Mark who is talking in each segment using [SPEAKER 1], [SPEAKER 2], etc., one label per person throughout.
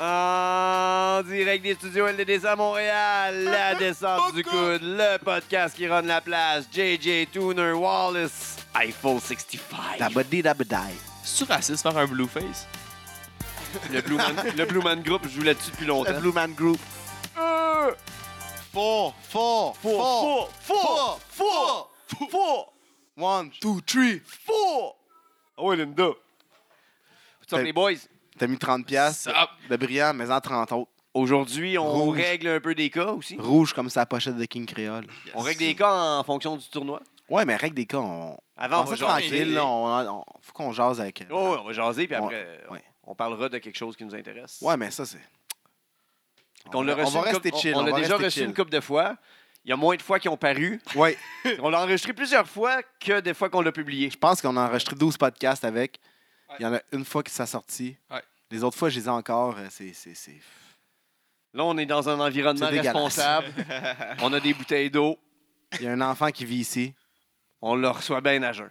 [SPEAKER 1] En direct des studios LDDC à Montréal, la descente du coude, le podcast qui run la place, JJ Tooner, Wallace, Eiffel 65.
[SPEAKER 2] C'est-tu raciste faire un blue face?
[SPEAKER 1] Le Blue Man, le Blue Man Group joue là-dessus depuis longtemps.
[SPEAKER 3] Blue Man Group.
[SPEAKER 1] Euh,
[SPEAKER 3] Four, four, four.
[SPEAKER 1] four, four, four, four,
[SPEAKER 3] One, two, three.
[SPEAKER 1] four. Oh, Linda. What's up, les boys?
[SPEAKER 3] T'as mis 30 pièces
[SPEAKER 2] Sup?
[SPEAKER 3] de brillant, mais en 30 autres.
[SPEAKER 1] Aujourd'hui, on
[SPEAKER 3] Rouge.
[SPEAKER 1] règle un peu des cas aussi.
[SPEAKER 3] Rouge comme sa pochette de King Creole.
[SPEAKER 2] Yes.
[SPEAKER 1] On règle des cas en fonction du tournoi.
[SPEAKER 3] Ouais, mais règle des cas, on...
[SPEAKER 1] Avant,
[SPEAKER 3] on
[SPEAKER 1] on
[SPEAKER 3] va
[SPEAKER 1] va
[SPEAKER 3] tranquille,
[SPEAKER 2] jaser.
[SPEAKER 3] là, on, on- faut qu'on jase avec...
[SPEAKER 1] Oh, ouais, on va jaser, puis après, euh,
[SPEAKER 3] ouais.
[SPEAKER 1] on parlera de quelque chose qui nous intéresse.
[SPEAKER 3] Ouais, mais ça, c'est...
[SPEAKER 1] Qu'on l'a
[SPEAKER 3] on
[SPEAKER 1] reçu
[SPEAKER 3] va
[SPEAKER 1] une
[SPEAKER 3] rester
[SPEAKER 1] couple-
[SPEAKER 3] chill.
[SPEAKER 1] On, on l'a
[SPEAKER 3] va
[SPEAKER 1] déjà
[SPEAKER 3] rester
[SPEAKER 1] reçu
[SPEAKER 3] chill.
[SPEAKER 1] une couple de fois. Il y a moins de fois qu'ils ont paru.
[SPEAKER 3] Ouais,
[SPEAKER 1] on l'a enregistré plusieurs fois que des fois qu'on l'a publié.
[SPEAKER 3] je pense qu'on a enregistré 12 podcasts avec. Il y en a une fois qui s'est sorti.
[SPEAKER 2] Ouais.
[SPEAKER 3] Les autres fois, je les ai encore. euh, C'est... c'est- c'est-
[SPEAKER 1] Là, on est dans un environnement
[SPEAKER 3] C'est dégueulasse.
[SPEAKER 1] responsable. on a des bouteilles d'eau.
[SPEAKER 3] Il y a un enfant qui vit ici.
[SPEAKER 1] On le reçoit bien à jeun.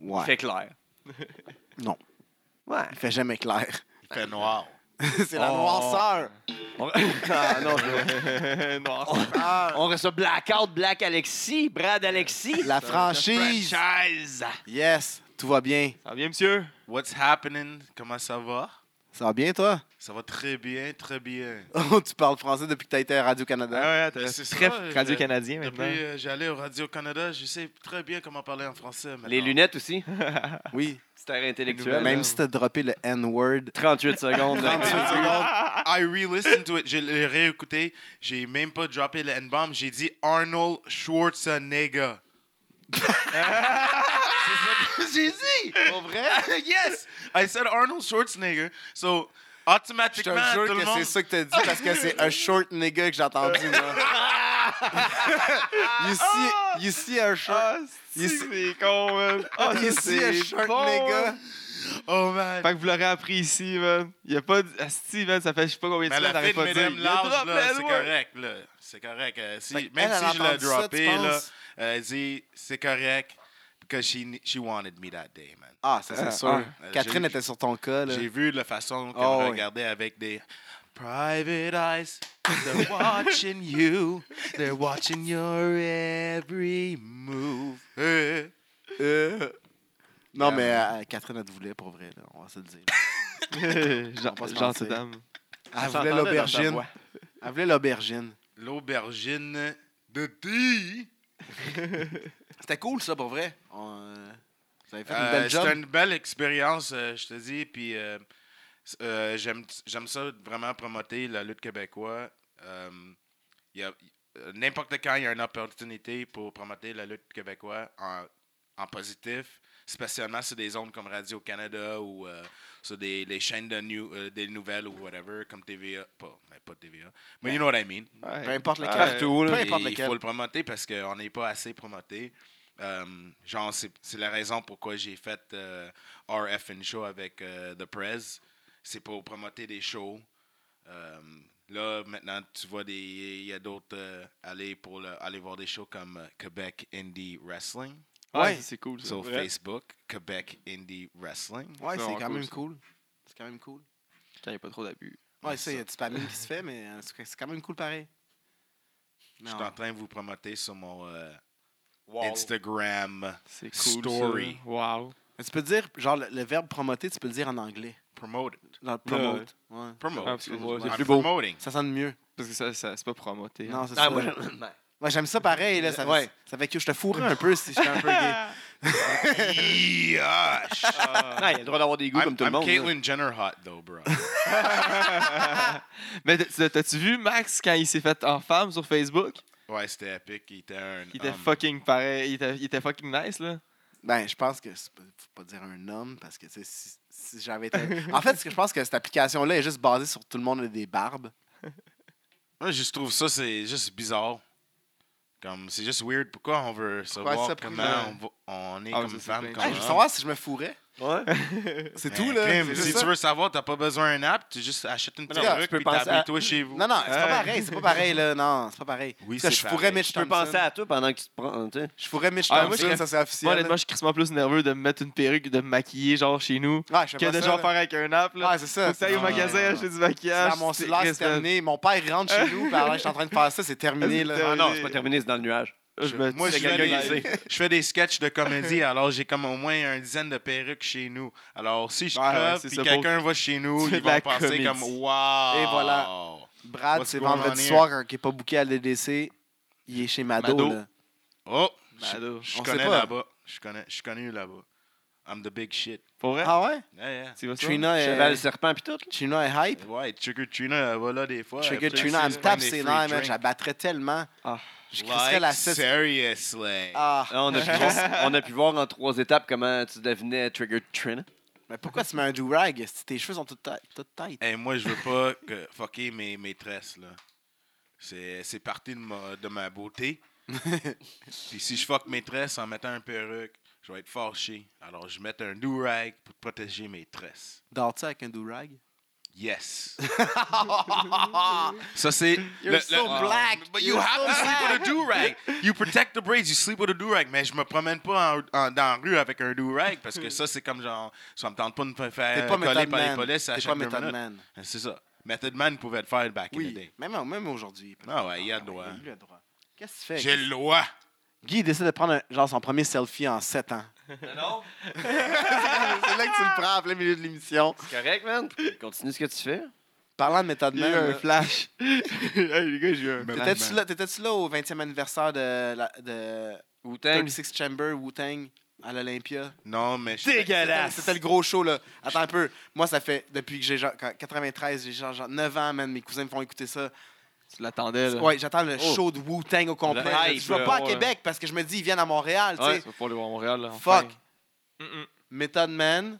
[SPEAKER 3] Ouais.
[SPEAKER 1] Fait clair.
[SPEAKER 3] Non.
[SPEAKER 1] Ouais.
[SPEAKER 3] Il fait jamais clair.
[SPEAKER 4] Il fait noir.
[SPEAKER 3] c'est la
[SPEAKER 1] Oh.
[SPEAKER 3] noirceur.
[SPEAKER 1] On... Ah, non, je-
[SPEAKER 2] non,
[SPEAKER 1] on reçoit Blackout, Black Alexis, Brad Alexis.
[SPEAKER 3] La franchise.
[SPEAKER 2] Franchise!
[SPEAKER 3] Yes, tout va bien.
[SPEAKER 2] Ça va bien, monsieur?
[SPEAKER 4] What's happening? Comment ça va?
[SPEAKER 3] Ça va bien, toi?
[SPEAKER 4] Ça va très bien, très bien.
[SPEAKER 3] Oh, tu parles français depuis que t'as été à Radio-Canada.
[SPEAKER 2] ouais,
[SPEAKER 4] Ben, c'est ça, euh,
[SPEAKER 2] Radio-Canadien
[SPEAKER 4] Depuis euh, j'allais au Radio-Canada, je sais très bien comment parler en français maintenant.
[SPEAKER 1] Les lunettes aussi.
[SPEAKER 3] Oui,
[SPEAKER 1] C'est un intellectuel.
[SPEAKER 2] Ouais,
[SPEAKER 3] même
[SPEAKER 2] non.
[SPEAKER 3] si t'as droppé le N-word.
[SPEAKER 1] 38 secondes. là.
[SPEAKER 3] 38 secondes.
[SPEAKER 4] I re-listened to it. Je l'ai réécouté. J'ai même pas droppé le N-bomb. J'ai dit Arnold Schwarzenegger. C'est ça que j'ai dit!
[SPEAKER 3] Pour vrai?
[SPEAKER 4] yes! I said Arnold Schwarzenegger. So,
[SPEAKER 3] Je te
[SPEAKER 4] automatiquement, tout
[SPEAKER 3] jure
[SPEAKER 4] le
[SPEAKER 3] que c'est
[SPEAKER 4] monde...
[SPEAKER 3] ça que t'as dit parce que c'est un short nigga que j'ai entendu, là. you, see, you see a short...
[SPEAKER 2] Ah, si, c'est con, man! Ah,
[SPEAKER 3] you
[SPEAKER 2] ça,
[SPEAKER 3] see a short
[SPEAKER 2] bon,
[SPEAKER 3] nigga?
[SPEAKER 2] man.
[SPEAKER 4] Oh, man.
[SPEAKER 2] Fait que vous l'aurez appris ici, man. Il y a pas de. Asti, man, ça fait je sais pas combien de
[SPEAKER 4] Mais
[SPEAKER 2] semaines,
[SPEAKER 4] Ben, la
[SPEAKER 2] t'arrête
[SPEAKER 4] fille de
[SPEAKER 2] pas de dire.
[SPEAKER 4] Madame
[SPEAKER 2] Il a
[SPEAKER 4] Large,
[SPEAKER 2] droppé
[SPEAKER 4] là,
[SPEAKER 2] le
[SPEAKER 4] c'est
[SPEAKER 2] word.
[SPEAKER 4] correct, là. C'est correct. euh, si-
[SPEAKER 3] Fait que elle,
[SPEAKER 4] même
[SPEAKER 3] elle
[SPEAKER 4] si je
[SPEAKER 3] entend
[SPEAKER 4] l'ai
[SPEAKER 3] ça, tu
[SPEAKER 4] droppé, là,
[SPEAKER 3] penses?
[SPEAKER 4] euh, elle dit, c'est correct, because she, she wanted me that day, man.
[SPEAKER 3] Ah, ça, c'est
[SPEAKER 2] Ah,
[SPEAKER 3] sûr.
[SPEAKER 2] ah.
[SPEAKER 4] Euh,
[SPEAKER 3] Catherine
[SPEAKER 4] j'ai-
[SPEAKER 3] était sur ton cas, là.
[SPEAKER 4] J'ai vu la façon qu'elle
[SPEAKER 3] Oh,
[SPEAKER 4] me
[SPEAKER 3] oui.
[SPEAKER 4] regardait avec des private eyes. They're watching you. They're watching your every move. Euh,
[SPEAKER 3] Euh. Non, mais euh, Catherine, elle te voulait, pour vrai, là. On va se le dire.
[SPEAKER 2] Genre,
[SPEAKER 3] On va se
[SPEAKER 2] genre,
[SPEAKER 3] mentir.
[SPEAKER 2] cette dame.
[SPEAKER 3] Elle
[SPEAKER 1] s'entendait
[SPEAKER 3] voulait
[SPEAKER 1] dans ta
[SPEAKER 3] l'aubergine.
[SPEAKER 1] voix.
[SPEAKER 3] Elle voulait l'aubergine.
[SPEAKER 4] L'aubergine de thé.
[SPEAKER 3] C'était cool, ça, pour vrai. On, euh, Vous avez fait une
[SPEAKER 4] Euh,
[SPEAKER 3] belle job.
[SPEAKER 4] C'était une belle expérience, euh, je te dis. Puis euh, c- euh, j'aime j'aime ça vraiment promoter la lutte québécoise. Euh, il y a- euh, N'importe quand il y a une opportunité pour promoter la lutte québécoise en, en positif, spécialement sur des ondes comme Radio-Canada ou euh, sur des les chaînes de new- euh, des nouvelles ou whatever, comme TVA. Pas, mais pas TVA. Mais you know what I mean.
[SPEAKER 3] Peu importe
[SPEAKER 4] Ah,
[SPEAKER 3] lequel.
[SPEAKER 1] Partout, là.
[SPEAKER 3] Euh, Peu importe
[SPEAKER 4] Et
[SPEAKER 3] lequel.
[SPEAKER 4] Il faut le promoter parce qu'on n'est pas assez promoté. Euh, genre, c'est c'est la raison pourquoi j'ai fait euh, RF and Show avec euh, The Prez. C'est pour promoter des shows. Euh, là, maintenant, tu vois, des- il y a d'autres euh, aller, pour le- aller voir des shows comme euh, Québec Indie Wrestling
[SPEAKER 2] Ouais,
[SPEAKER 3] Ouais.
[SPEAKER 2] ça, c'est cool. ça.
[SPEAKER 4] sur
[SPEAKER 2] Ouais.
[SPEAKER 4] Facebook. Québec Indie Wrestling.
[SPEAKER 3] Ouais,
[SPEAKER 2] Non,
[SPEAKER 3] c'est quand
[SPEAKER 2] cool,
[SPEAKER 3] même
[SPEAKER 2] ça.
[SPEAKER 3] cool. C'est quand même cool.
[SPEAKER 2] Quand il y a pas trop d'abus.
[SPEAKER 3] Ouais, ça, il y a du spamming qui se fait, mais euh, c'est c'est quand même cool pareil.
[SPEAKER 4] Je suis en train de vous promoter sur mon euh,
[SPEAKER 1] Wow.
[SPEAKER 4] Instagram
[SPEAKER 2] C'est cool.
[SPEAKER 4] Story.
[SPEAKER 2] ça. Wow.
[SPEAKER 3] Mais tu peux dire, genre, le, le verbe promoter, tu peux le dire en anglais.
[SPEAKER 4] Promote.
[SPEAKER 3] Genre, promote. Ouais.
[SPEAKER 2] Ah,
[SPEAKER 4] Promote.
[SPEAKER 2] parce que moi,
[SPEAKER 1] c'est
[SPEAKER 4] I'm
[SPEAKER 1] plus beau.
[SPEAKER 4] promoting.
[SPEAKER 3] Ça sonne mieux.
[SPEAKER 2] Parce que ça, ça c'est pas promoté. hein.
[SPEAKER 3] Non, c'est
[SPEAKER 1] Ah,
[SPEAKER 3] ça.
[SPEAKER 1] moi,
[SPEAKER 3] Moi, j'aime ça pareil, là. Ça,
[SPEAKER 1] Ouais.
[SPEAKER 3] ça fait que je te fourrais un peu si j'étais un peu gay.
[SPEAKER 4] Yosh.
[SPEAKER 1] Non, il a le droit d'avoir des goûts
[SPEAKER 4] I'm,
[SPEAKER 1] comme tout le
[SPEAKER 4] I'm
[SPEAKER 1] monde. là.
[SPEAKER 4] Caitlyn Jenner hot though, bro.
[SPEAKER 2] Mais t'as- t'as-tu vu Max quand il s'est fait en femme sur Facebook?
[SPEAKER 4] ouais, c'était épique. Il était un.
[SPEAKER 2] Il était
[SPEAKER 4] homme.
[SPEAKER 2] fucking pareil. Il était, il était fucking nice, là.
[SPEAKER 3] Ben, je pense que c'est pas- faut pas dire un homme parce que, tu sais, si, si j'avais été. En fait, ce que je pense que cette application-là est juste basée sur tout le monde a des barbes.
[SPEAKER 4] Moi, je trouve ça, c'est juste bizarre. Comme, c'est juste weird. Pourquoi on veut savoir
[SPEAKER 3] ça pris
[SPEAKER 4] comment
[SPEAKER 3] le-
[SPEAKER 4] on, va- on est
[SPEAKER 2] Ah,
[SPEAKER 4] comme
[SPEAKER 2] ça, c'est
[SPEAKER 4] femme,
[SPEAKER 2] plein de
[SPEAKER 4] comme
[SPEAKER 3] Hey, je
[SPEAKER 2] choses.
[SPEAKER 3] veux
[SPEAKER 4] homme?
[SPEAKER 3] savoir si je me fourrais.
[SPEAKER 1] Ouais.
[SPEAKER 3] C'est
[SPEAKER 4] Ben,
[SPEAKER 3] tout, là.
[SPEAKER 4] crime,
[SPEAKER 3] C'est
[SPEAKER 4] si
[SPEAKER 3] juste
[SPEAKER 4] tu
[SPEAKER 3] ça.
[SPEAKER 4] veux savoir, t'as pas besoin d'une app, tu juste achètes une
[SPEAKER 3] Mais
[SPEAKER 4] petite
[SPEAKER 3] non, tu
[SPEAKER 4] truc
[SPEAKER 3] peux
[SPEAKER 4] puis
[SPEAKER 3] penser à-
[SPEAKER 4] t'habilles-toi chez vous.
[SPEAKER 3] Non, non, c'est pas
[SPEAKER 2] Ouais.
[SPEAKER 3] pareil, c'est pas pareil, là. Non, c'est pas pareil.
[SPEAKER 4] Oui,
[SPEAKER 3] Parce que
[SPEAKER 4] c'est
[SPEAKER 3] je pourrais
[SPEAKER 4] pareil.
[SPEAKER 3] Mitch
[SPEAKER 1] Tu peux penser à toi pendant que tu te prends. tu sais.
[SPEAKER 3] Je pourrais Mitch
[SPEAKER 2] Ah,
[SPEAKER 3] Thompson,
[SPEAKER 2] moi, je serais-
[SPEAKER 3] ça, c'est
[SPEAKER 2] Moi,
[SPEAKER 3] officiel.
[SPEAKER 2] honnêtement, je suis crissement plus nerveux de me mettre une perruque et de me maquiller, genre, chez nous,
[SPEAKER 3] Ah, je fais
[SPEAKER 2] que
[SPEAKER 3] pas
[SPEAKER 2] de
[SPEAKER 3] ça,
[SPEAKER 2] genre
[SPEAKER 3] là.
[SPEAKER 2] faire avec un app, là.
[SPEAKER 3] Ouais, c'est ça.
[SPEAKER 2] Faut que t'ailles au
[SPEAKER 4] Non, non,
[SPEAKER 2] magasin
[SPEAKER 4] non,
[SPEAKER 2] acheter du
[SPEAKER 3] Là,
[SPEAKER 2] maquillage.
[SPEAKER 3] mon
[SPEAKER 2] c'est-
[SPEAKER 3] slot, c'est
[SPEAKER 2] Chris, man.
[SPEAKER 3] terminé. Mon père il rentre chez nous, puis alors, je suis en train de faire ça, c'est terminé,
[SPEAKER 2] Ah, c'est
[SPEAKER 3] là.
[SPEAKER 1] Ah
[SPEAKER 2] terminé.
[SPEAKER 1] non, c'est pas terminé, c'est dans le nuage.
[SPEAKER 2] Je me
[SPEAKER 4] Moi, je
[SPEAKER 2] tire
[SPEAKER 4] fais,
[SPEAKER 2] quelqu'un
[SPEAKER 4] des,
[SPEAKER 2] qui sait.
[SPEAKER 4] je fais des sketchs de comédie, alors j'ai comme au moins une dizaine de perruques chez nous. Alors, si je
[SPEAKER 2] Ouais, ouais,
[SPEAKER 4] crève,
[SPEAKER 2] c'est
[SPEAKER 4] puis
[SPEAKER 2] ça,
[SPEAKER 4] quelqu'un va chez nous,
[SPEAKER 2] Tu fais
[SPEAKER 4] ils
[SPEAKER 2] de la
[SPEAKER 4] vont penser
[SPEAKER 2] comédie.
[SPEAKER 4] comme « Wow! »
[SPEAKER 3] Et voilà. Brad,
[SPEAKER 4] What's
[SPEAKER 3] c'est
[SPEAKER 4] going on
[SPEAKER 3] vendredi
[SPEAKER 4] here?
[SPEAKER 3] soir, quand il est pas booké à l'EDC, il est chez Mado,
[SPEAKER 2] Mado.
[SPEAKER 3] là.
[SPEAKER 4] Oh!
[SPEAKER 2] Mado.
[SPEAKER 4] Je
[SPEAKER 3] Ben On sait
[SPEAKER 4] connais
[SPEAKER 3] pas.
[SPEAKER 4] là-bas. Je connais- je suis connu là-bas. I'm the big shit.
[SPEAKER 2] Pour vrai?
[SPEAKER 3] Ah ouais?
[SPEAKER 4] Yeah, yeah.
[SPEAKER 2] Tu vas ça?
[SPEAKER 3] Trina
[SPEAKER 1] Cheval,
[SPEAKER 3] est,
[SPEAKER 1] serpent, puis tout. là.
[SPEAKER 3] Trina est hype.
[SPEAKER 4] Ouais, Trigger Trina, elle va là des fois.
[SPEAKER 3] Trigger
[SPEAKER 4] Après,
[SPEAKER 3] Trina, elle me
[SPEAKER 4] c'est-
[SPEAKER 3] tape
[SPEAKER 4] des
[SPEAKER 3] ses
[SPEAKER 4] free
[SPEAKER 3] nerfs, man.
[SPEAKER 4] drinks.
[SPEAKER 3] Je la battrais tellement.
[SPEAKER 2] Ah.
[SPEAKER 3] Je crisserais
[SPEAKER 4] Like,
[SPEAKER 3] la cesse.
[SPEAKER 4] seriously.
[SPEAKER 3] Ah.
[SPEAKER 1] Là, on, a pu voir, on a pu voir en trois étapes comment tu devenais Trigger Trin.
[SPEAKER 3] Mais pourquoi tu mets un do-rag? si Tes cheveux sont toutes ta- toutes tight.
[SPEAKER 4] Hey, moi, je veux pas que fucker mes maîtresses, là. C'est c'est parti de ma, de ma beauté. Puis si je fuck maîtresse en mettant un perruque, je vais être fâché. Alors, je mets un do-rag pour protéger mes tresses.
[SPEAKER 3] Dors-tu avec un do-rag?
[SPEAKER 4] Yes. Ça, c'est...
[SPEAKER 3] You're so black.
[SPEAKER 4] uh, But you
[SPEAKER 3] You're
[SPEAKER 4] have
[SPEAKER 3] so
[SPEAKER 4] to sleep with a do-rag. You protect the braids, you sleep with a do-rag. Mais je me promène pas en, en- dans la rue avec un do-rag parce que ça, c'est comme genre... Ça me tente pas de me
[SPEAKER 3] T'es
[SPEAKER 4] faire
[SPEAKER 3] pas Method
[SPEAKER 4] coller Euh, par les
[SPEAKER 3] Man.
[SPEAKER 4] polices à
[SPEAKER 3] T'es
[SPEAKER 4] chaque
[SPEAKER 3] pas
[SPEAKER 4] deux
[SPEAKER 3] Method
[SPEAKER 4] minutes.
[SPEAKER 3] Man.
[SPEAKER 4] C'est ça. Method Man pouvait le faire back in the
[SPEAKER 3] Oui,
[SPEAKER 4] day.
[SPEAKER 3] même, même aujourd'hui.
[SPEAKER 4] Ah ouais, il a le droit.
[SPEAKER 3] Ah ouais, il a le droit. Qu'est-ce que tu fais?
[SPEAKER 4] J'ai le droit.
[SPEAKER 3] Guy décide de prendre un- genre son premier selfie en 7 ans.
[SPEAKER 1] Non,
[SPEAKER 3] C'est là que tu le prends en plein milieu de l'émission.
[SPEAKER 1] c'est correct, man. Continue ce que tu fais.
[SPEAKER 3] Parlant de méthode
[SPEAKER 2] Il y a eu un
[SPEAKER 3] même,
[SPEAKER 2] flash. hey, les gars, j'ai eu un.
[SPEAKER 3] t'étais-tu là, t'étais-tu là au 20e anniversaire de, la, de
[SPEAKER 1] Ou t'es
[SPEAKER 3] 36 Chamber Wu-Tang à l'Olympia?
[SPEAKER 4] Non, mais je-
[SPEAKER 1] dégueulasse.
[SPEAKER 3] C'était le gros show, là. Attends un peu. Moi, ça fait depuis que j'ai genre quand- 93, j'ai genre, genre 9 ans, man. Mes cousins me font écouter ça.
[SPEAKER 2] Tu l'attendais, là.
[SPEAKER 3] Ouais, j'attends le
[SPEAKER 1] Oh.
[SPEAKER 3] show de Wu-Tang au complet.
[SPEAKER 1] Le
[SPEAKER 3] là.
[SPEAKER 1] hype,
[SPEAKER 3] Je vois pas à
[SPEAKER 2] là, ouais.
[SPEAKER 3] Québec parce que je me dis, ils viennent à Montréal, tu
[SPEAKER 2] Ouais,
[SPEAKER 3] sais.
[SPEAKER 2] tu vas pas aller voir à Montréal, là. enfin.
[SPEAKER 3] Fuck.
[SPEAKER 2] Mm-mm.
[SPEAKER 3] Method Man,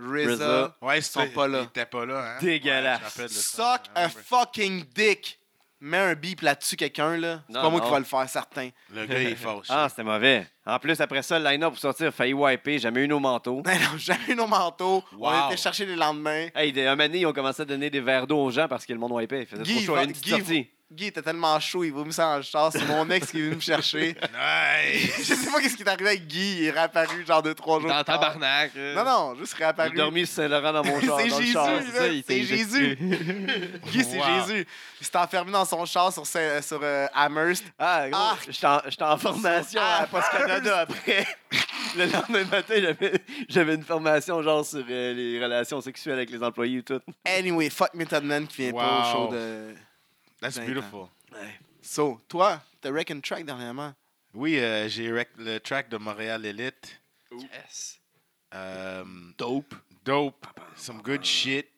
[SPEAKER 3] RZA,
[SPEAKER 1] RZA.
[SPEAKER 4] Ouais,
[SPEAKER 3] sont pas là.
[SPEAKER 4] Il était pas là, hein?
[SPEAKER 1] Dégueulasse.
[SPEAKER 4] Ouais, je me rappelle de ça.
[SPEAKER 3] suck
[SPEAKER 4] I
[SPEAKER 3] a
[SPEAKER 4] remember.
[SPEAKER 3] fucking dick. Mets un beep là-dessus, quelqu'un, là. C'est
[SPEAKER 1] Non,
[SPEAKER 3] pas moi
[SPEAKER 1] non.
[SPEAKER 3] qui va le faire, certain.
[SPEAKER 4] Le gars, il est fausse.
[SPEAKER 1] Ah, c'était mauvais. En plus, après ça, le line-up pour sortir, failli wiper, jamais eu nos manteaux.
[SPEAKER 3] Ben non, jamais nos manteaux. On
[SPEAKER 4] Wow.
[SPEAKER 3] était chercher les lendemains.
[SPEAKER 1] Hey, des- un moment donné, ils ont commencé à donner des verres d'eau aux gens parce que le monde wipait. Il faisait
[SPEAKER 3] Guy,
[SPEAKER 1] trop chaud.
[SPEAKER 3] va-
[SPEAKER 1] à Une petite
[SPEAKER 3] Guy,
[SPEAKER 1] sortie.
[SPEAKER 3] Guy était tellement chaud, il vomit ça dans le char. C'est mon ex qui est venu me chercher.
[SPEAKER 4] nice.
[SPEAKER 3] Je sais pas qu'est-ce qui est arrivé avec Guy. Il est réapparu genre deux, trois
[SPEAKER 2] Il
[SPEAKER 3] jours.
[SPEAKER 2] était en
[SPEAKER 3] plus tard.
[SPEAKER 2] tabarnak. euh.
[SPEAKER 3] Non, non, juste
[SPEAKER 1] J'ai
[SPEAKER 3] réapparu.
[SPEAKER 1] dormi sur Saint-Laurent dans mon char.
[SPEAKER 3] C'est
[SPEAKER 1] dans le
[SPEAKER 3] Jésus,
[SPEAKER 1] char.
[SPEAKER 3] là.
[SPEAKER 2] C'est ça, il
[SPEAKER 3] C'est
[SPEAKER 2] était
[SPEAKER 3] Jésus. Guy, c'est
[SPEAKER 4] Wow.
[SPEAKER 3] Jésus. Il s'est enfermé dans son char sur, Saint- sur euh, Amherst.
[SPEAKER 1] Ah, gros,
[SPEAKER 3] Ah!
[SPEAKER 1] j'étais en- j'étais en formation
[SPEAKER 3] Ah!
[SPEAKER 1] à Post-Canada après. Le lendemain matin, j'avais- j'avais une formation genre sur euh, les relations sexuelles avec les employés et tout.
[SPEAKER 3] Anyway, fuck Method Man qui vient pas au
[SPEAKER 4] Wow.
[SPEAKER 3] show de.
[SPEAKER 4] That's
[SPEAKER 3] Vingt
[SPEAKER 4] beautiful.
[SPEAKER 3] So, toi, t'as Wreck and Track dernièrement.
[SPEAKER 4] Oui, euh, j'ai rec- le track de Montréal Elite.
[SPEAKER 2] Yes.
[SPEAKER 4] Um,
[SPEAKER 2] Dope.
[SPEAKER 4] dope. Some good shit.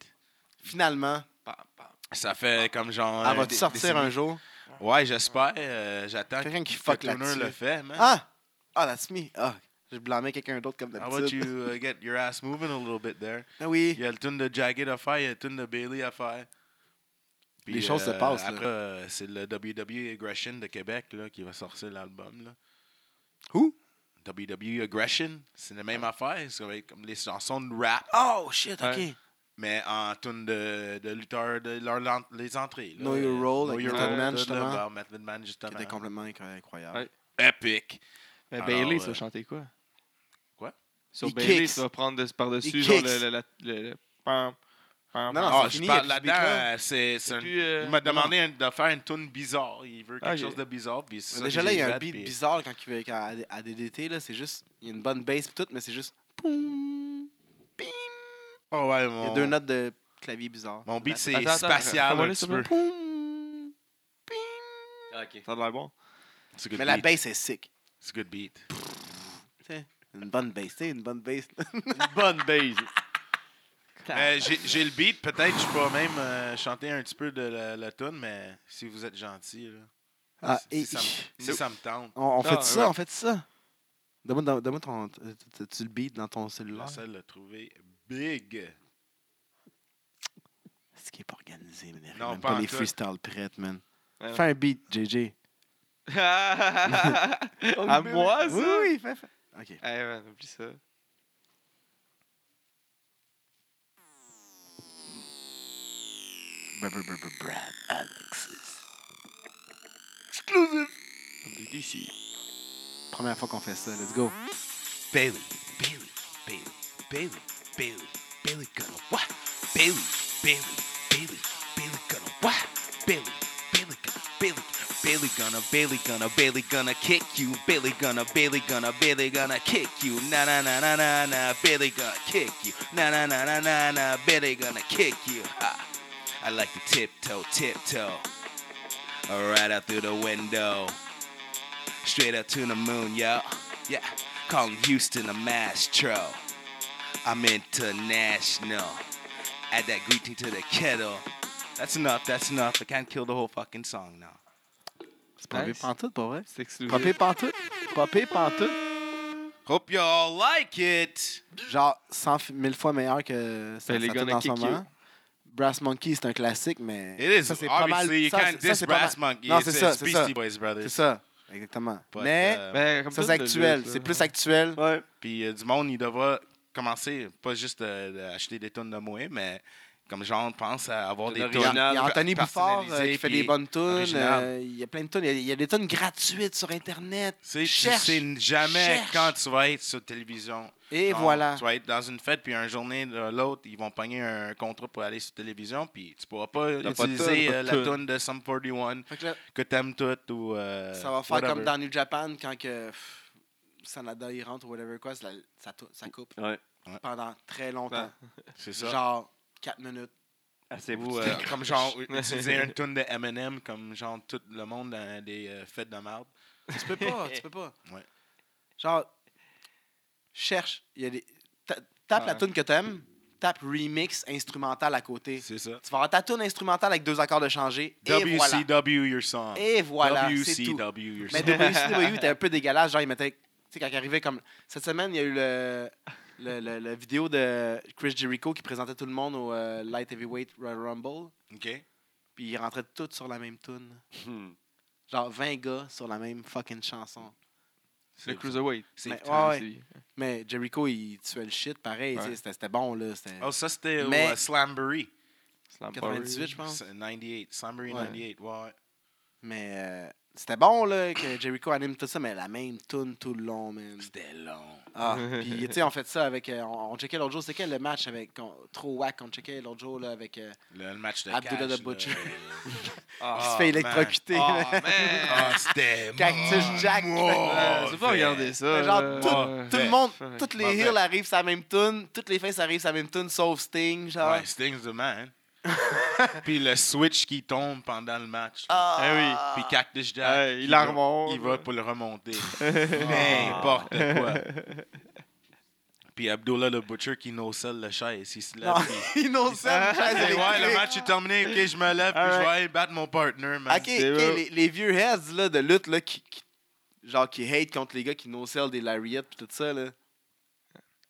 [SPEAKER 3] Finalement,
[SPEAKER 2] Pam, pam.
[SPEAKER 4] Ça fait comme genre.
[SPEAKER 3] elle
[SPEAKER 4] un-
[SPEAKER 3] Ah, va-tu
[SPEAKER 4] des-
[SPEAKER 3] sortir un
[SPEAKER 4] des-
[SPEAKER 3] jour?
[SPEAKER 4] Ouais, j'espère. euh, J'attends
[SPEAKER 3] Quelqu'un qui
[SPEAKER 4] que
[SPEAKER 3] fuck
[SPEAKER 4] Turner
[SPEAKER 3] là-dessus.
[SPEAKER 4] le fait, man.
[SPEAKER 3] Ah! Ah, that's me. Ah, je blâmais quelqu'un d'autre comme
[SPEAKER 4] How about
[SPEAKER 3] d'habitude.
[SPEAKER 4] you uh, get your ass moving a little bit there?
[SPEAKER 3] Ah oui.
[SPEAKER 4] Il y a le tune de Jagged à faire, il y a le tune de Bailey à faire. Puis,
[SPEAKER 3] Les choses se passent, là.
[SPEAKER 4] Après, euh, c'est le WWE Aggression de Québec là, qui va sortir l'album. là.
[SPEAKER 3] Who? Ah.
[SPEAKER 4] WWE Aggression, c'est la même affaire. Ça va être comme les chansons de rap,
[SPEAKER 3] Oh shit, ok.
[SPEAKER 2] Ouais.
[SPEAKER 4] mais en tune de, de lutteur, de leur, lan- les entrées. là.
[SPEAKER 3] Know Your
[SPEAKER 4] Euh,
[SPEAKER 3] Role
[SPEAKER 4] Know
[SPEAKER 3] avec
[SPEAKER 4] Your
[SPEAKER 2] Method
[SPEAKER 4] Role,
[SPEAKER 3] Man,
[SPEAKER 4] tout, là,
[SPEAKER 3] justement.
[SPEAKER 4] par Method Man, justement.
[SPEAKER 3] C'était complètement incroyable.
[SPEAKER 2] Ouais.
[SPEAKER 4] Epic.
[SPEAKER 2] Mais
[SPEAKER 4] Alors,
[SPEAKER 2] Bailey,
[SPEAKER 4] euh,
[SPEAKER 2] tu vas chanter quoi?
[SPEAKER 4] Quoi?
[SPEAKER 2] Sur
[SPEAKER 3] Il
[SPEAKER 2] Bailey,
[SPEAKER 3] kicks.
[SPEAKER 2] tu vas prendre de-
[SPEAKER 3] Il
[SPEAKER 2] par-dessus, genre
[SPEAKER 3] kicks.
[SPEAKER 2] le. le, la- le, le- pam, pam,
[SPEAKER 3] Non, non,
[SPEAKER 2] pam.
[SPEAKER 3] c'est
[SPEAKER 4] Ah, je
[SPEAKER 3] fini,
[SPEAKER 4] parle
[SPEAKER 3] il y a plus de beat, là.
[SPEAKER 4] là-dedans, euh, c'est c'est
[SPEAKER 2] C'est
[SPEAKER 4] un-
[SPEAKER 2] plus, euh,
[SPEAKER 4] Il m'a demandé un- de faire une tune bizarre. Il veut quelque
[SPEAKER 2] Ah, ok.
[SPEAKER 4] chose de bizarre. puis c'est ça
[SPEAKER 3] Déjà
[SPEAKER 4] que
[SPEAKER 3] là, il
[SPEAKER 4] j'ai
[SPEAKER 3] y a un
[SPEAKER 4] fait,
[SPEAKER 3] beat
[SPEAKER 4] puis-
[SPEAKER 3] bizarre quand il va à, à DDT, là. C'est juste. Il y a une bonne bass pis tout, mais c'est juste.
[SPEAKER 4] Oh, ouais,
[SPEAKER 3] Il y a
[SPEAKER 4] mon-
[SPEAKER 3] deux notes de clavier bizarre.
[SPEAKER 4] Mon beat, c'est
[SPEAKER 2] Attends, attends,
[SPEAKER 4] spatial
[SPEAKER 2] comment
[SPEAKER 4] un
[SPEAKER 2] là,
[SPEAKER 4] petit
[SPEAKER 2] ça
[SPEAKER 4] peu.
[SPEAKER 2] va?
[SPEAKER 1] Ah, OK.
[SPEAKER 2] Ça a de l'air bon.
[SPEAKER 4] C'est good
[SPEAKER 3] Mais la
[SPEAKER 4] beat.
[SPEAKER 3] bass est sick.
[SPEAKER 4] C'est good beat.
[SPEAKER 3] Une bonne bass, tu sais, une bonne bass.
[SPEAKER 1] Bonne base.
[SPEAKER 4] Euh, j'ai j'ai le beat, peut-être je peux même euh, chanter un petit peu de la, la tune, mais si vous êtes gentil, là,
[SPEAKER 3] Ah,
[SPEAKER 4] si,
[SPEAKER 3] et.
[SPEAKER 4] si ça me, si ça me tente.
[SPEAKER 3] On,
[SPEAKER 2] Non,
[SPEAKER 3] on fait ça,
[SPEAKER 2] ouais.
[SPEAKER 3] on fait ça. Donne-moi donne- donne-moi ton. Tu le beat dans ton
[SPEAKER 4] Je
[SPEAKER 3] cellulaire.
[SPEAKER 4] vais essayer de le trouver big.
[SPEAKER 3] C'est qui est pas organisé, mais
[SPEAKER 4] Non,
[SPEAKER 3] même
[SPEAKER 4] pas
[SPEAKER 3] pas
[SPEAKER 4] en
[SPEAKER 3] les
[SPEAKER 4] tout.
[SPEAKER 3] freestyle prêtes, man.
[SPEAKER 2] Ouais, non.
[SPEAKER 3] Fais un beat, JJ.
[SPEAKER 2] à moi, ça? Ah,
[SPEAKER 3] Oui, oui, fais. fais. Ok.
[SPEAKER 2] Eh, man, oublie ça.
[SPEAKER 3] Br- br- br- br- Brad Alexis. Exclusive. Ici. Première fois qu'on fait ça, let's go.
[SPEAKER 4] Bailey, Bailey, Bailey, Bailey, Bailey, Bailey gonna what? Bailey, Bailey, Bailey, Bailey gonna what? Bailey, Bailey gonna Bailey, Bailey gonna Bailey gonna Bailey gonna kick you. Bailey gonna Bailey gonna Bailey gonna kick you. Na na na na na na. Bailey gonna kick you. Na na na na na na. Bailey gonna kick you. Ha. I like to tiptoe, tiptoe. All right out through the window. Straight up to the moon, yo. Yeah, calling Houston a maestro. I'm international. Add that greeting to the kettle. That's enough, that's enough. I can't kill the whole fucking song now.
[SPEAKER 3] C'est pas
[SPEAKER 2] Nice.
[SPEAKER 3] pire pantoute, pas vrai?
[SPEAKER 2] C'est
[SPEAKER 3] Pas
[SPEAKER 2] exclusif.
[SPEAKER 3] pire pantoute. Pas pire pantoute.
[SPEAKER 4] Hope y'all like it.
[SPEAKER 3] Genre 100 000 fois meilleur que ça,
[SPEAKER 2] les
[SPEAKER 3] ça
[SPEAKER 2] gonna
[SPEAKER 3] tourne en ce
[SPEAKER 2] kick you.
[SPEAKER 3] moment. Brass Monkey, c'est un classique, mais.
[SPEAKER 4] It is,
[SPEAKER 3] ça, c'est pas
[SPEAKER 4] obviously,
[SPEAKER 3] mal.
[SPEAKER 4] you
[SPEAKER 3] ça,
[SPEAKER 4] can't
[SPEAKER 3] c'est- ça,
[SPEAKER 4] diss
[SPEAKER 3] c'est pas
[SPEAKER 4] Brass
[SPEAKER 3] mal-
[SPEAKER 4] Monkey.
[SPEAKER 3] Non,
[SPEAKER 4] it's,
[SPEAKER 3] c'est ça,
[SPEAKER 4] it's
[SPEAKER 3] c'est
[SPEAKER 4] Beastie
[SPEAKER 3] ça.
[SPEAKER 4] Boys
[SPEAKER 3] C'est
[SPEAKER 4] Brothers.
[SPEAKER 3] ça, exactement.
[SPEAKER 4] But,
[SPEAKER 3] mais
[SPEAKER 4] euh,
[SPEAKER 2] Ben, comme
[SPEAKER 3] ça,
[SPEAKER 2] tout,
[SPEAKER 3] c'est
[SPEAKER 2] le-
[SPEAKER 3] actuel.
[SPEAKER 2] le-
[SPEAKER 3] C'est plus actuel.
[SPEAKER 1] Ouais.
[SPEAKER 4] Puis euh, du monde, il devra commencer, pas juste euh, acheter des tonnes de Moé, mais comme genre, pense à avoir
[SPEAKER 1] De
[SPEAKER 4] des
[SPEAKER 3] Il y a,
[SPEAKER 4] tonnes.
[SPEAKER 1] l'original.
[SPEAKER 3] il y a Anthony Bouffard euh, qui
[SPEAKER 4] personnalisé,
[SPEAKER 3] fait
[SPEAKER 4] puis
[SPEAKER 3] des bonnes tunes.
[SPEAKER 4] original.
[SPEAKER 3] euh, il y a plein de tunes. Il y a, il y a des tunes gratuites sur Internet.
[SPEAKER 4] Tu sais, tu
[SPEAKER 3] Cherche.
[SPEAKER 4] sais jamais
[SPEAKER 3] Cherche.
[SPEAKER 4] quand tu vas être sur la télévision.
[SPEAKER 3] Et
[SPEAKER 4] Genre,
[SPEAKER 3] voilà.
[SPEAKER 4] Tu vas être dans une fête, puis un journée de l'autre, ils vont pogner un contrat pour aller sur la télévision, puis tu pourras pas
[SPEAKER 1] T'as pas de
[SPEAKER 4] utiliser
[SPEAKER 1] tonne, pas
[SPEAKER 4] euh,
[SPEAKER 1] de
[SPEAKER 4] la
[SPEAKER 1] tonne.
[SPEAKER 4] tonne de Sum 41
[SPEAKER 3] Fait que là,
[SPEAKER 4] que t'aimes toutes ou. euh,
[SPEAKER 3] ça va faire
[SPEAKER 4] whatever.
[SPEAKER 3] comme dans New Japan quand que pff, Sanada il rentre ou whatever quoi, ça, ça tou- ça coupe
[SPEAKER 1] Ouais.
[SPEAKER 3] pendant très longtemps.
[SPEAKER 4] C'est ça.
[SPEAKER 3] Genre 4 minutes.
[SPEAKER 1] Assez-vous.
[SPEAKER 4] Ou euh, comme genre utiliser une tonne de M&M comme genre tout le monde dans des euh, fêtes de marde.
[SPEAKER 3] Tu peux pas, tu peux pas.
[SPEAKER 4] Ouais.
[SPEAKER 3] Genre, cherche. Il y a des... ta- Tape la
[SPEAKER 2] Ouais.
[SPEAKER 3] tune que t'aimes, tape remix instrumental à côté. Tu
[SPEAKER 4] C'est ça.
[SPEAKER 3] vas avoir ta tune instrumentale avec deux accords de changer. Et
[SPEAKER 4] WCW
[SPEAKER 3] voilà.
[SPEAKER 4] your song.
[SPEAKER 3] Et voilà. c'est tout.
[SPEAKER 4] WCW your
[SPEAKER 3] Mais
[SPEAKER 4] song.
[SPEAKER 3] WCW était un peu dégueulasse. Genre, il mettait. Tu sais, quand il arrivait comme. Cette semaine, il y a eu le. Le, le- la vidéo de Chris Jericho qui présentait tout le monde au euh, Light Heavyweight Royal Rumble.
[SPEAKER 4] OK.
[SPEAKER 3] Puis ils rentraient tous sur la même tune.
[SPEAKER 1] Hmm.
[SPEAKER 3] Genre 20 gars sur la même fucking chanson.
[SPEAKER 2] Le
[SPEAKER 4] C'est-
[SPEAKER 2] Cruiserweight.
[SPEAKER 4] c'est-
[SPEAKER 3] Mais-
[SPEAKER 4] c'est-
[SPEAKER 3] ouais, ouais.
[SPEAKER 2] C'est-
[SPEAKER 3] Mais Jericho, il tuait le shit pareil. tu sais,
[SPEAKER 2] Ouais.
[SPEAKER 3] C'était c'était bon, là. C'était
[SPEAKER 4] Oh, ça, c'était au
[SPEAKER 3] Mais-
[SPEAKER 4] euh, Slamboree.
[SPEAKER 2] Slam
[SPEAKER 3] 98, je pense.
[SPEAKER 4] C'est 98.
[SPEAKER 3] Ouais.
[SPEAKER 4] Slamboree 98, ouais.
[SPEAKER 3] Mais euh, c'était bon, là, que Jericho anime tout ça, mais la même tune tout le long, man.
[SPEAKER 4] C'était long.
[SPEAKER 3] Ah, puis, tu sais, on fait ça avec. euh, on, on checkait l'autre jour, c'est quel le match avec. qu'on- trop whack, on checkait l'autre jour, là, avec. euh,
[SPEAKER 4] Le, le match de
[SPEAKER 3] Abdullah
[SPEAKER 4] Cash,
[SPEAKER 3] the Butcher.
[SPEAKER 4] là.
[SPEAKER 2] Ah,
[SPEAKER 3] il se fait électrocuter.
[SPEAKER 2] Ah,
[SPEAKER 3] là.
[SPEAKER 2] man.
[SPEAKER 4] Ah, c'était
[SPEAKER 3] Cactus
[SPEAKER 4] mo-
[SPEAKER 3] Jack.
[SPEAKER 2] Ah, Je veux pas
[SPEAKER 4] mauvais.
[SPEAKER 2] regarder ça.
[SPEAKER 3] Mais genre,
[SPEAKER 2] là.
[SPEAKER 3] tout-
[SPEAKER 4] Ouais.
[SPEAKER 3] tout le
[SPEAKER 4] Ouais.
[SPEAKER 3] monde,
[SPEAKER 2] Ouais.
[SPEAKER 3] toutes les
[SPEAKER 4] Mauvais.
[SPEAKER 3] heels arrivent sur la même tune, toutes les faces arrivent sur la même tune, sauf Sting, genre.
[SPEAKER 4] Ouais, Sting's the man. Puis le switch qui tombe pendant le match. là.
[SPEAKER 3] Ah,
[SPEAKER 2] Eh oui.
[SPEAKER 4] Puis Cactus Jack.
[SPEAKER 2] Ouais, il
[SPEAKER 4] va-
[SPEAKER 2] la remonte.
[SPEAKER 4] Il va pour le remonter. N'importe
[SPEAKER 2] Ah.
[SPEAKER 4] quoi. Puis Abdullah le Butcher qui no-sell le chaise. Il se lève.
[SPEAKER 3] Non,
[SPEAKER 4] puis-
[SPEAKER 3] innocent,
[SPEAKER 2] Ah,
[SPEAKER 3] chaise
[SPEAKER 4] Hey, ouais, le
[SPEAKER 3] électrique.
[SPEAKER 4] match est terminé. Ok, je me lève. Puis je vais aller battre mon partner. Man.
[SPEAKER 3] Ok,
[SPEAKER 2] Ah, C'est
[SPEAKER 3] ok,
[SPEAKER 2] vrai.
[SPEAKER 3] les, les vieux heads là, de lutte là, qui, qui- genre, qui hate contre les gars qui no-sell des lariats pis tout ça. Là.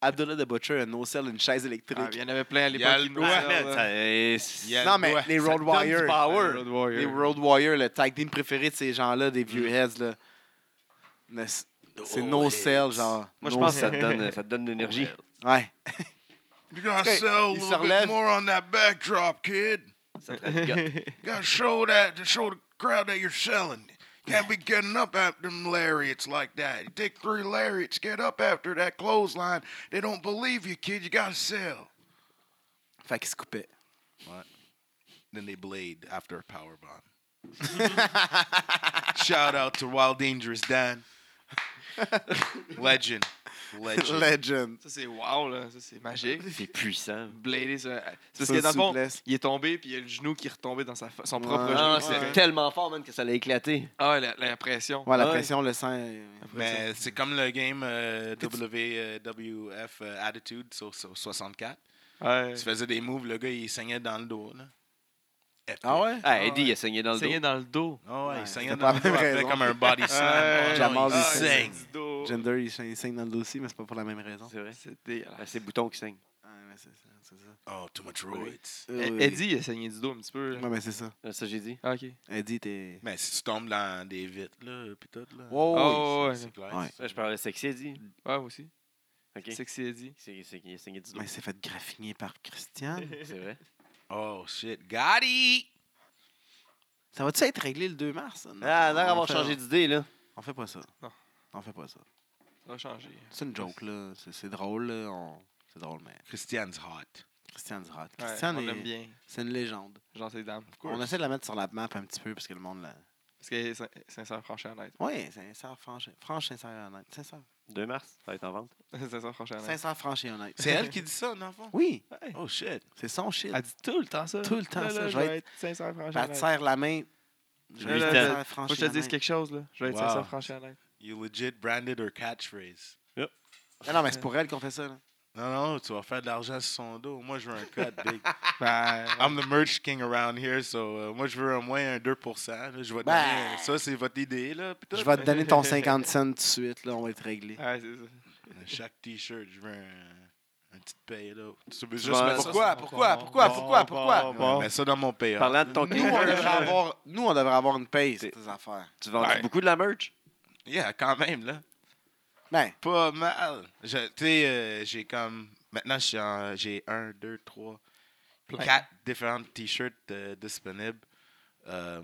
[SPEAKER 3] Abdullah the Butcher a no-sell une chaise électrique.
[SPEAKER 2] Ah, Il y en avait plein à
[SPEAKER 4] Il y a
[SPEAKER 2] l'époque.
[SPEAKER 4] le
[SPEAKER 2] qui
[SPEAKER 4] doigt,
[SPEAKER 2] nous servent,
[SPEAKER 1] Ça,
[SPEAKER 2] là.
[SPEAKER 1] euh,
[SPEAKER 4] Il y a-
[SPEAKER 3] non, mais
[SPEAKER 4] ouais,
[SPEAKER 3] les
[SPEAKER 4] ça
[SPEAKER 3] Road
[SPEAKER 4] donne du
[SPEAKER 3] Warriors.
[SPEAKER 2] Le Road
[SPEAKER 3] Les
[SPEAKER 2] Warrior.
[SPEAKER 3] Road Warriors, Mm. le tag team préféré de ces gens-là, des vieux heads. là. Mais c- C'est no-sell, genre.
[SPEAKER 2] Moi, je
[SPEAKER 1] Je
[SPEAKER 3] no
[SPEAKER 1] pense que
[SPEAKER 3] sell.
[SPEAKER 1] ça te donne, ça te donne de l'énergie.
[SPEAKER 3] Ouais.
[SPEAKER 4] You gotta
[SPEAKER 3] Ok,
[SPEAKER 4] sell a
[SPEAKER 3] il se
[SPEAKER 4] little
[SPEAKER 3] relève.
[SPEAKER 4] bit more on that backdrop, kid.
[SPEAKER 1] Ça te raconte.
[SPEAKER 4] You
[SPEAKER 2] Puis
[SPEAKER 4] gotta show that to show the crowd that you're selling. Can't be getting up after them lariats like that. You take three lariats, get up after that clothesline. They don't believe you, kid. You gotta sell.
[SPEAKER 3] Fait qu'il se coupait.
[SPEAKER 4] Then they blade after a power bomb. Shout out to Wild Dangerous Dan. Legend. Legend.
[SPEAKER 3] Legend.
[SPEAKER 2] Ça, c'est wow, là. Ça, c'est magique.
[SPEAKER 1] C'est puissant.
[SPEAKER 2] Bladé, ça. C'est parce
[SPEAKER 3] Ça,
[SPEAKER 2] que dans le fond,
[SPEAKER 3] souplesse.
[SPEAKER 2] il est tombé, puis il y a le genou qui est retombé dans sa fa- son
[SPEAKER 3] Ouais.
[SPEAKER 2] propre
[SPEAKER 3] Ah,
[SPEAKER 1] Non,
[SPEAKER 2] genou.
[SPEAKER 1] c'est
[SPEAKER 2] Ouais.
[SPEAKER 1] tellement fort, man, que ça l'a éclaté.
[SPEAKER 2] Ah, la, la pression.
[SPEAKER 3] Ouais, la
[SPEAKER 1] Ouais.
[SPEAKER 3] pression, le sang. euh,
[SPEAKER 4] Mais c'est comme le game euh, WWF euh, Attitude sur, sur 64.
[SPEAKER 2] Ouais.
[SPEAKER 4] Tu faisais des moves, le gars il saignait dans le dos. Là. Épique.
[SPEAKER 3] Ah ouais?
[SPEAKER 1] Ah,
[SPEAKER 2] ouais.
[SPEAKER 1] Eddie, il a saigné dans le
[SPEAKER 2] Saigner
[SPEAKER 1] dos.
[SPEAKER 2] dans le dos.
[SPEAKER 4] Ah ouais,
[SPEAKER 3] Ouais,
[SPEAKER 4] il saignait
[SPEAKER 3] t'as
[SPEAKER 4] dans
[SPEAKER 3] pas
[SPEAKER 4] le dos.
[SPEAKER 3] la même
[SPEAKER 4] Après,
[SPEAKER 3] raison.
[SPEAKER 4] comme un body slam.
[SPEAKER 2] Ouais.
[SPEAKER 4] Oh,
[SPEAKER 3] Jamal,
[SPEAKER 4] non, il
[SPEAKER 3] il
[SPEAKER 4] saigne.
[SPEAKER 2] Ah, du dos.
[SPEAKER 3] Gender, il saigne- il saigne dans le dossier, mais c'est pas pour la même raison.
[SPEAKER 1] C'est vrai.
[SPEAKER 2] C'est
[SPEAKER 1] Ah,
[SPEAKER 2] dégueulasse.
[SPEAKER 1] C'est Bouton qui saigne.
[SPEAKER 3] Ouais, mais c'est ça. c'est ça.
[SPEAKER 4] Oh, too much roids.
[SPEAKER 3] Euh,
[SPEAKER 2] Eddie, il a saigné du dos un petit peu. là.
[SPEAKER 3] Ouais, mais c'est ça.
[SPEAKER 1] Ah, Ça, j'ai dit.
[SPEAKER 2] Ah, ok.
[SPEAKER 3] Eddie, t'es.
[SPEAKER 4] Mais si tu tombes dans des vitres, là, pis tout, là.
[SPEAKER 2] Oh,
[SPEAKER 3] Oh, oui.
[SPEAKER 2] ouais. Ah,
[SPEAKER 4] c'est clair.
[SPEAKER 3] Ouais.
[SPEAKER 1] Ouais, je parlais sexy, Eddie.
[SPEAKER 2] Ouais, moi aussi.
[SPEAKER 1] OK.
[SPEAKER 2] C'est que c'est dit.
[SPEAKER 1] C'est c'est- il a saigné du dos.
[SPEAKER 3] Mais il s'est fait graffiner par Christian.
[SPEAKER 1] C'est vrai.
[SPEAKER 4] Oh shit, got it!
[SPEAKER 3] Ça va-tu être réglé le 2 mars? ça? Non,
[SPEAKER 1] Ah, l'air
[SPEAKER 3] on
[SPEAKER 1] d'avoir
[SPEAKER 3] fait-
[SPEAKER 1] changé d'idée, là.
[SPEAKER 3] On fait pas ça.
[SPEAKER 2] Non.
[SPEAKER 3] On fait pas ça.
[SPEAKER 2] Ça va changer.
[SPEAKER 3] C'est une joke, là. C'est- C'est drôle, là. On- C'est drôle, mais
[SPEAKER 4] Christiane's hot.
[SPEAKER 3] Christian Zrat.
[SPEAKER 2] Ouais,
[SPEAKER 3] Christian,
[SPEAKER 2] on
[SPEAKER 3] est-
[SPEAKER 2] l'aime bien.
[SPEAKER 3] c'est une légende.
[SPEAKER 2] Genre, ses dames.
[SPEAKER 3] On essaie de la mettre sur la map un petit peu, parce que le monde l'a...
[SPEAKER 2] Parce que c'est sincère, franchement, honnête.
[SPEAKER 3] Oui, sincère, franche, franche, sincère et honnête. Sincère.
[SPEAKER 1] 2 mars, ça va être en vente.
[SPEAKER 2] Sincère, franchement, honnête.
[SPEAKER 3] Sincère, franche et honnête.
[SPEAKER 4] C'est elle qui dit ça, dans le fond?
[SPEAKER 3] Oui,
[SPEAKER 2] Ouais.
[SPEAKER 4] Oh shit.
[SPEAKER 3] c'est son shit.
[SPEAKER 2] Elle dit tout le temps ça.
[SPEAKER 3] Tout le temps
[SPEAKER 2] Là,
[SPEAKER 3] ça,
[SPEAKER 2] là,
[SPEAKER 3] je
[SPEAKER 2] Je
[SPEAKER 3] vais
[SPEAKER 2] vais être sincère, franchement,
[SPEAKER 3] Elle te
[SPEAKER 2] honnête.
[SPEAKER 3] serre la main. Je
[SPEAKER 2] Là,
[SPEAKER 3] vais
[SPEAKER 2] là,
[SPEAKER 3] te
[SPEAKER 2] là,
[SPEAKER 3] faire franche
[SPEAKER 2] Faut que je
[SPEAKER 3] et
[SPEAKER 2] te dise
[SPEAKER 3] honnête.
[SPEAKER 2] quelque chose, là. Je vais être
[SPEAKER 4] Wow.
[SPEAKER 2] sincère, franchement, honnête.
[SPEAKER 4] You legit branded her catchphrase.
[SPEAKER 3] Ah Non, mais c'est pour elle qu'on fait ça. là.
[SPEAKER 4] Non, non, tu vas faire de l'argent sur son dos. Moi, je veux un cut, big.
[SPEAKER 2] Ben,
[SPEAKER 4] I'm the merch king around here, so euh, moi, je veux au moins un 2%. là. je vais te
[SPEAKER 3] Ben.
[SPEAKER 4] donner- ça, c'est votre idée, là. puis tout.
[SPEAKER 3] Je vais te donner ton 50 cents tout de suite, là, on va être réglé.
[SPEAKER 2] ouais, c'est ça.
[SPEAKER 4] Chaque T-shirt, je veux un, un petit paye, là. Tu veux
[SPEAKER 1] Tu
[SPEAKER 4] juste
[SPEAKER 1] vas-
[SPEAKER 4] mettre ça sur-
[SPEAKER 3] Pourquoi,
[SPEAKER 2] c'est
[SPEAKER 3] pourquoi,
[SPEAKER 2] bon,
[SPEAKER 3] pourquoi,
[SPEAKER 4] bon,
[SPEAKER 3] pourquoi,
[SPEAKER 2] bon,
[SPEAKER 3] pourquoi?
[SPEAKER 2] bon.
[SPEAKER 4] Mets ça dans mon paye.
[SPEAKER 1] Parlant de ton
[SPEAKER 3] Nous, on devrait
[SPEAKER 1] kicker,
[SPEAKER 3] avoir, nous, on devrait avoir une paye, sur ces affaires.
[SPEAKER 1] tu vends
[SPEAKER 4] Ouais.
[SPEAKER 1] beaucoup de la merch?
[SPEAKER 4] Yeah, quand même, là.
[SPEAKER 3] Ben,
[SPEAKER 4] Pas mal. Je- Tu sais, euh, j'ai comme. Maintenant, je suis en- j'ai un, deux, trois,
[SPEAKER 2] Plein.
[SPEAKER 4] quatre différents t-shirts euh, disponibles. Euh,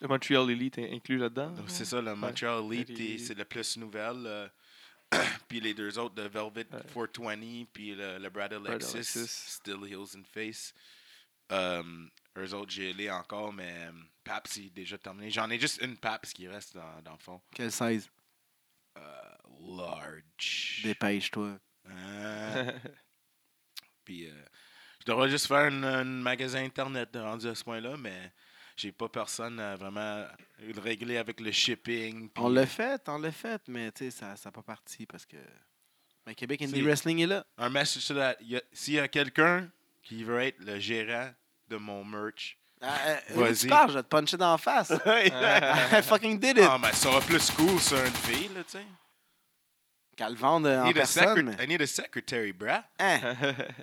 [SPEAKER 2] Le Montreal Elite est inclus là-dedans.
[SPEAKER 4] Donc, C'est ça, le Montreal Elite,
[SPEAKER 2] Mhm. Elite.
[SPEAKER 4] et c'est le plus nouvelle. euh, puis les deux autres, le Velvet 420, puis le, le Brad Alexis,
[SPEAKER 2] Alexis.
[SPEAKER 4] Still Heels and Face. Um, eux autres, j'ai les encore, mais um, Paps, il est déjà terminé. J'en ai juste une Paps qui reste dans, dans le fond.
[SPEAKER 3] quelle size?
[SPEAKER 4] Euh, large.
[SPEAKER 3] Dépêche-toi.
[SPEAKER 4] Euh, puis euh, je devrais juste faire un, un magasin internet euh, rendu à ce point-là, mais j'ai pas personne à vraiment régler avec le shipping.
[SPEAKER 3] On
[SPEAKER 4] puis-
[SPEAKER 3] l'a fait, on l'a fait, mais tu sais, ça n'a pas parti parce que. Mais Québec Indie
[SPEAKER 4] C'est-
[SPEAKER 3] Wrestling est là.
[SPEAKER 4] un message to that. Y a- S'il y a quelqu'un qui veut être le gérant de mon merch,
[SPEAKER 3] Ah, euh,
[SPEAKER 4] Vas-y.
[SPEAKER 3] Tu parles, je vais te puncher dans la face. I fucking did it.
[SPEAKER 4] ah, mais ça va plus cool sur une fille, là, tu sais.
[SPEAKER 3] Qu'elle le vende euh,
[SPEAKER 4] I
[SPEAKER 3] en
[SPEAKER 4] need a
[SPEAKER 3] personne.
[SPEAKER 4] secret-
[SPEAKER 3] mais-
[SPEAKER 4] I need a secretary, brah.
[SPEAKER 3] Hein,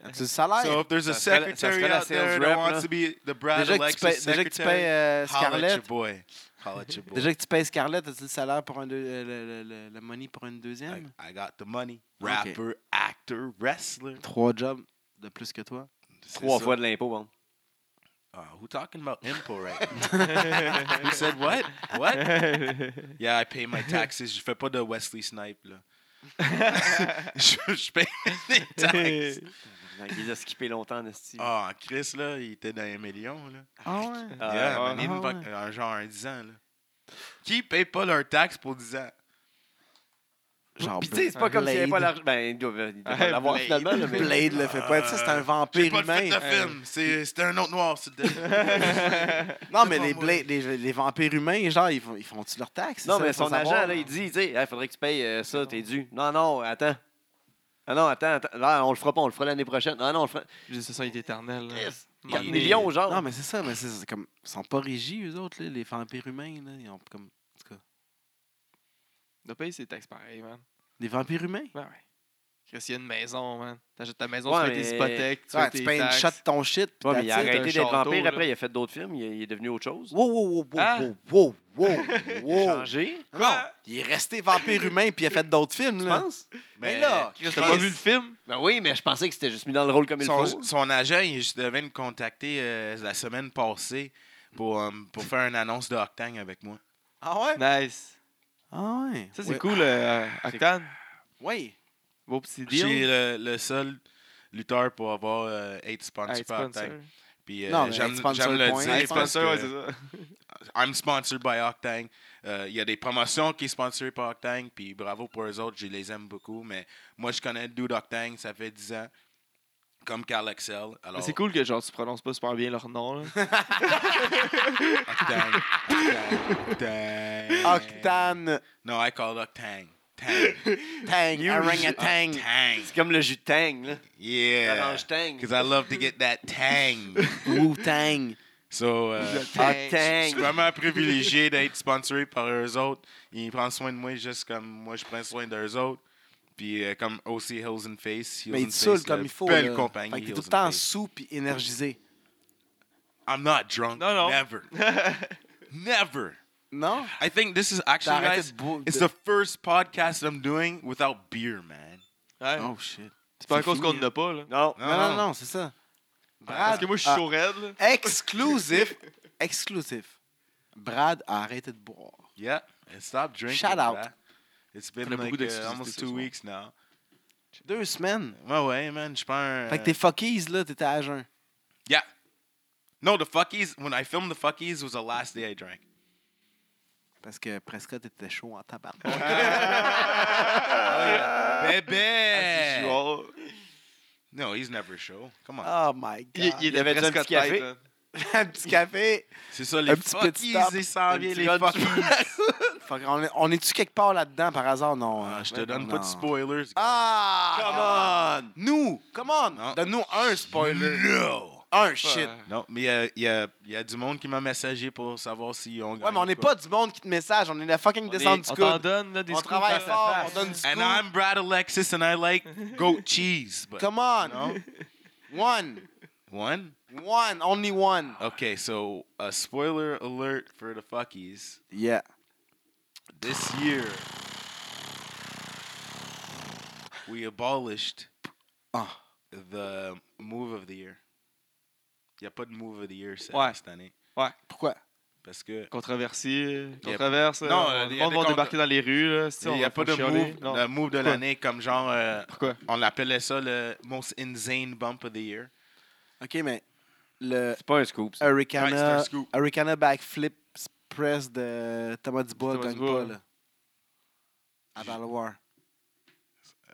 [SPEAKER 3] as-tu le salaire?
[SPEAKER 4] So if there's a
[SPEAKER 1] Ça serait la- ça
[SPEAKER 4] secretary
[SPEAKER 1] serait la
[SPEAKER 4] out there
[SPEAKER 1] sales
[SPEAKER 4] that
[SPEAKER 1] rep,
[SPEAKER 4] wants
[SPEAKER 1] là.
[SPEAKER 4] to be the Brad
[SPEAKER 3] déjà, que tu
[SPEAKER 4] Alexis
[SPEAKER 3] payes, déjà que
[SPEAKER 4] secretary,
[SPEAKER 3] tu payes euh,
[SPEAKER 4] holla at your
[SPEAKER 3] Scarlett.
[SPEAKER 4] boy. Holla at your boy.
[SPEAKER 3] Déjà que tu payes Scarlett, as-tu le salaire pour un deux, euh, le, le- le- le money pour une
[SPEAKER 4] I,
[SPEAKER 3] deuxième?
[SPEAKER 4] I got the money.
[SPEAKER 3] Ok.
[SPEAKER 4] Rapper, actor, wrestler.
[SPEAKER 3] Trois jobs de plus que toi.
[SPEAKER 4] C'est
[SPEAKER 1] Trois
[SPEAKER 4] ça.
[SPEAKER 1] fois de l'impôt, hein. bon.
[SPEAKER 4] Ah, who talking about info right now? who said what? What? Yeah, I pay my taxes. Je fais pas de Wesley Snipe, là. je, je paye mes taxes.
[SPEAKER 1] Il a skippé longtemps, Nasty.
[SPEAKER 4] Ah, Chris, là, il était dans un million, là.
[SPEAKER 3] Ah ouais?
[SPEAKER 1] Ah,
[SPEAKER 4] Yeah,
[SPEAKER 2] ouais.
[SPEAKER 4] man, il
[SPEAKER 3] Ah,
[SPEAKER 4] me fuck- un genre un 10 ans, là. Qui paye pas leurs taxes pour 10 ans?
[SPEAKER 3] Genre,
[SPEAKER 1] Puis tu sais, c'est pas comme s'il n'y avait pas
[SPEAKER 3] Blade.
[SPEAKER 1] l'argent. Ben, il doit il doit
[SPEAKER 2] Ouais,
[SPEAKER 1] l'avoir
[SPEAKER 2] Blade.
[SPEAKER 1] finalement. là, mais-
[SPEAKER 3] Blade le fait pas. Ça, c'est un
[SPEAKER 4] J'ai
[SPEAKER 3] vampire
[SPEAKER 4] pas fait
[SPEAKER 3] humain. euh,
[SPEAKER 4] le film. C'est c'était un autre noir, c'est
[SPEAKER 3] Non,
[SPEAKER 4] C'est
[SPEAKER 3] mais
[SPEAKER 4] pas
[SPEAKER 3] les,
[SPEAKER 4] moi.
[SPEAKER 3] Blade, les, les vampires humains, genre, ils, font, ils font-tu leurs taxes?
[SPEAKER 1] Non,
[SPEAKER 3] Ça,
[SPEAKER 1] mais
[SPEAKER 3] faut
[SPEAKER 1] son
[SPEAKER 3] savoir.
[SPEAKER 1] agent, là, il dit, tu sais, il faudrait que tu payes euh, ça, t'es dû. Non, non, attends. Ah non, attends, attends. Là, on le fera pas, on le fera l'année prochaine. Non, non, on le fera.
[SPEAKER 2] J'ai ça, il est éternel. là.
[SPEAKER 1] Yes.
[SPEAKER 2] Un
[SPEAKER 1] Quatre
[SPEAKER 2] moment donné,
[SPEAKER 1] millions, genre.
[SPEAKER 3] Non, mais c'est ça, mais c'est c'est comme. Ils sont pas régis, eux autres, là, les vampires humains. Là, ils ont comme. En tout cas.
[SPEAKER 2] Il doit payer ses taxes pareil, man.
[SPEAKER 3] Des vampires humains?
[SPEAKER 2] Ben ouais. Chris, il y a une maison, man. T'achètes ta maison,
[SPEAKER 1] Ouais,
[SPEAKER 2] tu payes tes
[SPEAKER 1] mais-
[SPEAKER 2] hypothèques, tu
[SPEAKER 3] Ouais,
[SPEAKER 2] payes
[SPEAKER 3] tu
[SPEAKER 2] tes
[SPEAKER 3] payes une
[SPEAKER 2] taxes.
[SPEAKER 3] shot de ton shit. puis
[SPEAKER 1] Ouais, mais il
[SPEAKER 3] that's
[SPEAKER 1] a
[SPEAKER 3] it.
[SPEAKER 2] t'sais,
[SPEAKER 1] arrêté
[SPEAKER 2] t'as un
[SPEAKER 1] d'être
[SPEAKER 2] château,
[SPEAKER 1] vampire
[SPEAKER 2] là.
[SPEAKER 1] après, il a fait d'autres films, il est, il est devenu autre chose.
[SPEAKER 3] Wow, wow, wow, wow,
[SPEAKER 2] Ah!
[SPEAKER 3] wow, wow, wow, wow.
[SPEAKER 1] Changé,
[SPEAKER 3] Non, Ah! il est resté vampire humain puis il a fait d'autres films.
[SPEAKER 1] tu
[SPEAKER 3] là.
[SPEAKER 1] penses?
[SPEAKER 3] Mais là,
[SPEAKER 2] Chris, t'as pas vu le film?
[SPEAKER 1] Ben oui, mais je pensais que c'était juste mis dans le rôle comme il faut.
[SPEAKER 4] son, son agent, il juste devait me contacter euh, la semaine passée pour, euh, pour faire une annonce de Octane avec moi.
[SPEAKER 3] Ah ouais?
[SPEAKER 2] Nice.
[SPEAKER 3] Ah ouais.
[SPEAKER 2] Ça, c'est
[SPEAKER 3] Ouais.
[SPEAKER 2] cool, euh, Octane.
[SPEAKER 3] Oui.
[SPEAKER 2] Beau petit
[SPEAKER 4] Je suis
[SPEAKER 2] deal.
[SPEAKER 4] le, le seul lutteur pour avoir euh, 8 sponsors
[SPEAKER 2] Hey,
[SPEAKER 4] par
[SPEAKER 2] sponsor.
[SPEAKER 4] Octane. Puis euh,
[SPEAKER 3] Non, mais
[SPEAKER 4] j'aime
[SPEAKER 3] être sponsor
[SPEAKER 4] j'aime le
[SPEAKER 3] point,
[SPEAKER 4] dire
[SPEAKER 2] Hey,
[SPEAKER 3] être
[SPEAKER 4] parce
[SPEAKER 2] sponsor, ouais,
[SPEAKER 4] que
[SPEAKER 2] c'est
[SPEAKER 3] Oh.
[SPEAKER 2] ça.
[SPEAKER 4] I'm sponsored by Octang. Euh, Il y a des promotions qui sont sponsorisées par Octang, puis bravo pour eux autres, je les aime beaucoup. Mais moi, je connais Dude Octang, ça fait 10 ans, comme Carl Excel.
[SPEAKER 2] Mais
[SPEAKER 4] Alors,
[SPEAKER 2] C'est cool que genre tu prononces pas super bien leur nom. là.
[SPEAKER 4] Octang, Octang, Octang.
[SPEAKER 3] Octane,
[SPEAKER 4] No, I call Octang. Tang.
[SPEAKER 3] tang,
[SPEAKER 1] You-
[SPEAKER 3] orangatang.
[SPEAKER 4] Tang.
[SPEAKER 1] C'est comme le jus de tang, là.
[SPEAKER 4] Yeah.
[SPEAKER 1] L'orange tang.
[SPEAKER 4] Because I love to get that tang.
[SPEAKER 3] Wu-tang.
[SPEAKER 4] So, euh,
[SPEAKER 1] Ah,
[SPEAKER 4] Je
[SPEAKER 1] tang.
[SPEAKER 4] suis vraiment privilégié d'être sponsoré par eux autres. Ils prennent soin de moi juste comme moi, je prends soin d'eux autres. Puis euh, comme OC Hills and Face. Hills
[SPEAKER 3] Mais
[SPEAKER 4] and
[SPEAKER 3] il te
[SPEAKER 4] Face,
[SPEAKER 3] saoule
[SPEAKER 4] la
[SPEAKER 3] comme il faut.
[SPEAKER 4] Belle
[SPEAKER 3] là.
[SPEAKER 4] compagnie.
[SPEAKER 3] Fait que t'es
[SPEAKER 4] Hills
[SPEAKER 3] tout le
[SPEAKER 4] and
[SPEAKER 3] temps
[SPEAKER 4] Face.
[SPEAKER 3] sous puis énergisé.
[SPEAKER 4] I'm not drunk.
[SPEAKER 2] Non, non.
[SPEAKER 4] Never. Never.
[SPEAKER 3] Non?
[SPEAKER 4] I think this is
[SPEAKER 3] T'as
[SPEAKER 4] actually,
[SPEAKER 3] arrêté
[SPEAKER 4] guys,
[SPEAKER 3] de bou-
[SPEAKER 4] it's
[SPEAKER 3] de-
[SPEAKER 4] the first podcast I'm doing without beer, man.
[SPEAKER 2] Ouais.
[SPEAKER 3] Oh shit.
[SPEAKER 2] C'est pas à
[SPEAKER 3] c'est
[SPEAKER 2] cause qu'on
[SPEAKER 3] fini,
[SPEAKER 4] Ah,
[SPEAKER 2] n'a pas, là.
[SPEAKER 1] Non.
[SPEAKER 3] Non, non, non, c'est ça.
[SPEAKER 2] Parce
[SPEAKER 3] Brad
[SPEAKER 2] que moi, je suis
[SPEAKER 3] a-
[SPEAKER 2] chaud raide, là.
[SPEAKER 3] Exclusif. Exclusif. Brad a arrêté de boire.
[SPEAKER 4] Yeah, and stop drinking.
[SPEAKER 3] Shout out.
[SPEAKER 4] Brad. It's been
[SPEAKER 2] On a beaucoup
[SPEAKER 4] like
[SPEAKER 2] d'exclusivités
[SPEAKER 4] uh, almost
[SPEAKER 2] ce
[SPEAKER 4] two
[SPEAKER 2] soir.
[SPEAKER 4] weeks now.
[SPEAKER 3] Deux semaines.
[SPEAKER 4] Ouais, ouais, man, je suis pas un.
[SPEAKER 3] Fait que tes fuckies, là, t'étais à jeun.
[SPEAKER 4] Yeah. No, the fuckies. When I filmed the fuckies, was the last day I drank.
[SPEAKER 3] Parce que Prescott était chaud en tabarnak.
[SPEAKER 2] Je suis
[SPEAKER 4] Bébé.
[SPEAKER 2] genre-
[SPEAKER 4] No, he's never show. Come on.
[SPEAKER 3] Oh my god.
[SPEAKER 2] Il, il était
[SPEAKER 1] avait
[SPEAKER 2] presque
[SPEAKER 1] un petit
[SPEAKER 2] à tête,
[SPEAKER 1] café?
[SPEAKER 2] là.
[SPEAKER 3] un petit café.
[SPEAKER 4] C'est ça les
[SPEAKER 3] un petit peu de
[SPEAKER 4] fuckies,
[SPEAKER 3] stop,
[SPEAKER 4] ils s'en
[SPEAKER 3] un
[SPEAKER 4] viennent
[SPEAKER 3] petit
[SPEAKER 4] les
[SPEAKER 3] run
[SPEAKER 4] fuckies.
[SPEAKER 3] Fait qu'on est- on est-tu quelque part là-dedans par hasard? Non. hein?
[SPEAKER 4] Ah, je te
[SPEAKER 3] Ouais,
[SPEAKER 4] donne
[SPEAKER 3] non.
[SPEAKER 4] pas de spoilers.
[SPEAKER 3] Ah!
[SPEAKER 1] Come
[SPEAKER 3] on! Nous! Come on!
[SPEAKER 4] Non.
[SPEAKER 3] Donne-nous un spoiler.
[SPEAKER 4] No.
[SPEAKER 3] Un shit.
[SPEAKER 2] Ouais.
[SPEAKER 4] Non, mais il y a, il y, a, il y a du monde qui m'a messagé pour savoir si on.
[SPEAKER 3] Ouais, mais on n'est pas du monde qui te message. On est la fucking descente du
[SPEAKER 2] On t'en
[SPEAKER 3] coude.
[SPEAKER 2] donne, là, des
[SPEAKER 3] On
[SPEAKER 2] scoops,
[SPEAKER 3] travaille
[SPEAKER 2] là.
[SPEAKER 3] fort, on donne du
[SPEAKER 4] And
[SPEAKER 3] coude.
[SPEAKER 4] I'm Brad Alexis, and I like goat cheese. But
[SPEAKER 3] Come on!
[SPEAKER 4] No?
[SPEAKER 3] One!
[SPEAKER 4] One.
[SPEAKER 3] One! Only one!
[SPEAKER 4] Okay, so a spoiler alert for the fuckies.
[SPEAKER 3] Yeah.
[SPEAKER 4] This year, we abolished
[SPEAKER 3] Ah.
[SPEAKER 4] the move of the year. Il n'y a pas de move of the year cette,
[SPEAKER 2] Ouais.
[SPEAKER 4] cette année.
[SPEAKER 3] Pourquoi?
[SPEAKER 4] Parce que.
[SPEAKER 2] Controversé.
[SPEAKER 4] Y a-
[SPEAKER 2] Controverse.
[SPEAKER 4] Non,
[SPEAKER 2] euh,
[SPEAKER 4] il
[SPEAKER 2] le
[SPEAKER 4] y a
[SPEAKER 2] monde
[SPEAKER 4] des
[SPEAKER 2] va
[SPEAKER 4] contre-
[SPEAKER 2] débarquer dans les rues, là.
[SPEAKER 4] Il n'y a pas de move,
[SPEAKER 2] Non.
[SPEAKER 4] de move de
[SPEAKER 2] Pourquoi?
[SPEAKER 4] l'année comme genre. euh,
[SPEAKER 2] Pourquoi?
[SPEAKER 4] on l'appelait ça le most insane bump of the year.
[SPEAKER 3] Ok, mais le
[SPEAKER 1] C'est pas un scoop, ça.
[SPEAKER 4] Ouais, c'est un
[SPEAKER 3] Hurricane
[SPEAKER 4] scoop.
[SPEAKER 3] Hurricane backflip press de Thomas Dubois
[SPEAKER 2] Thomas
[SPEAKER 3] gagne
[SPEAKER 2] Dubois.
[SPEAKER 3] pas, là. À Battle War.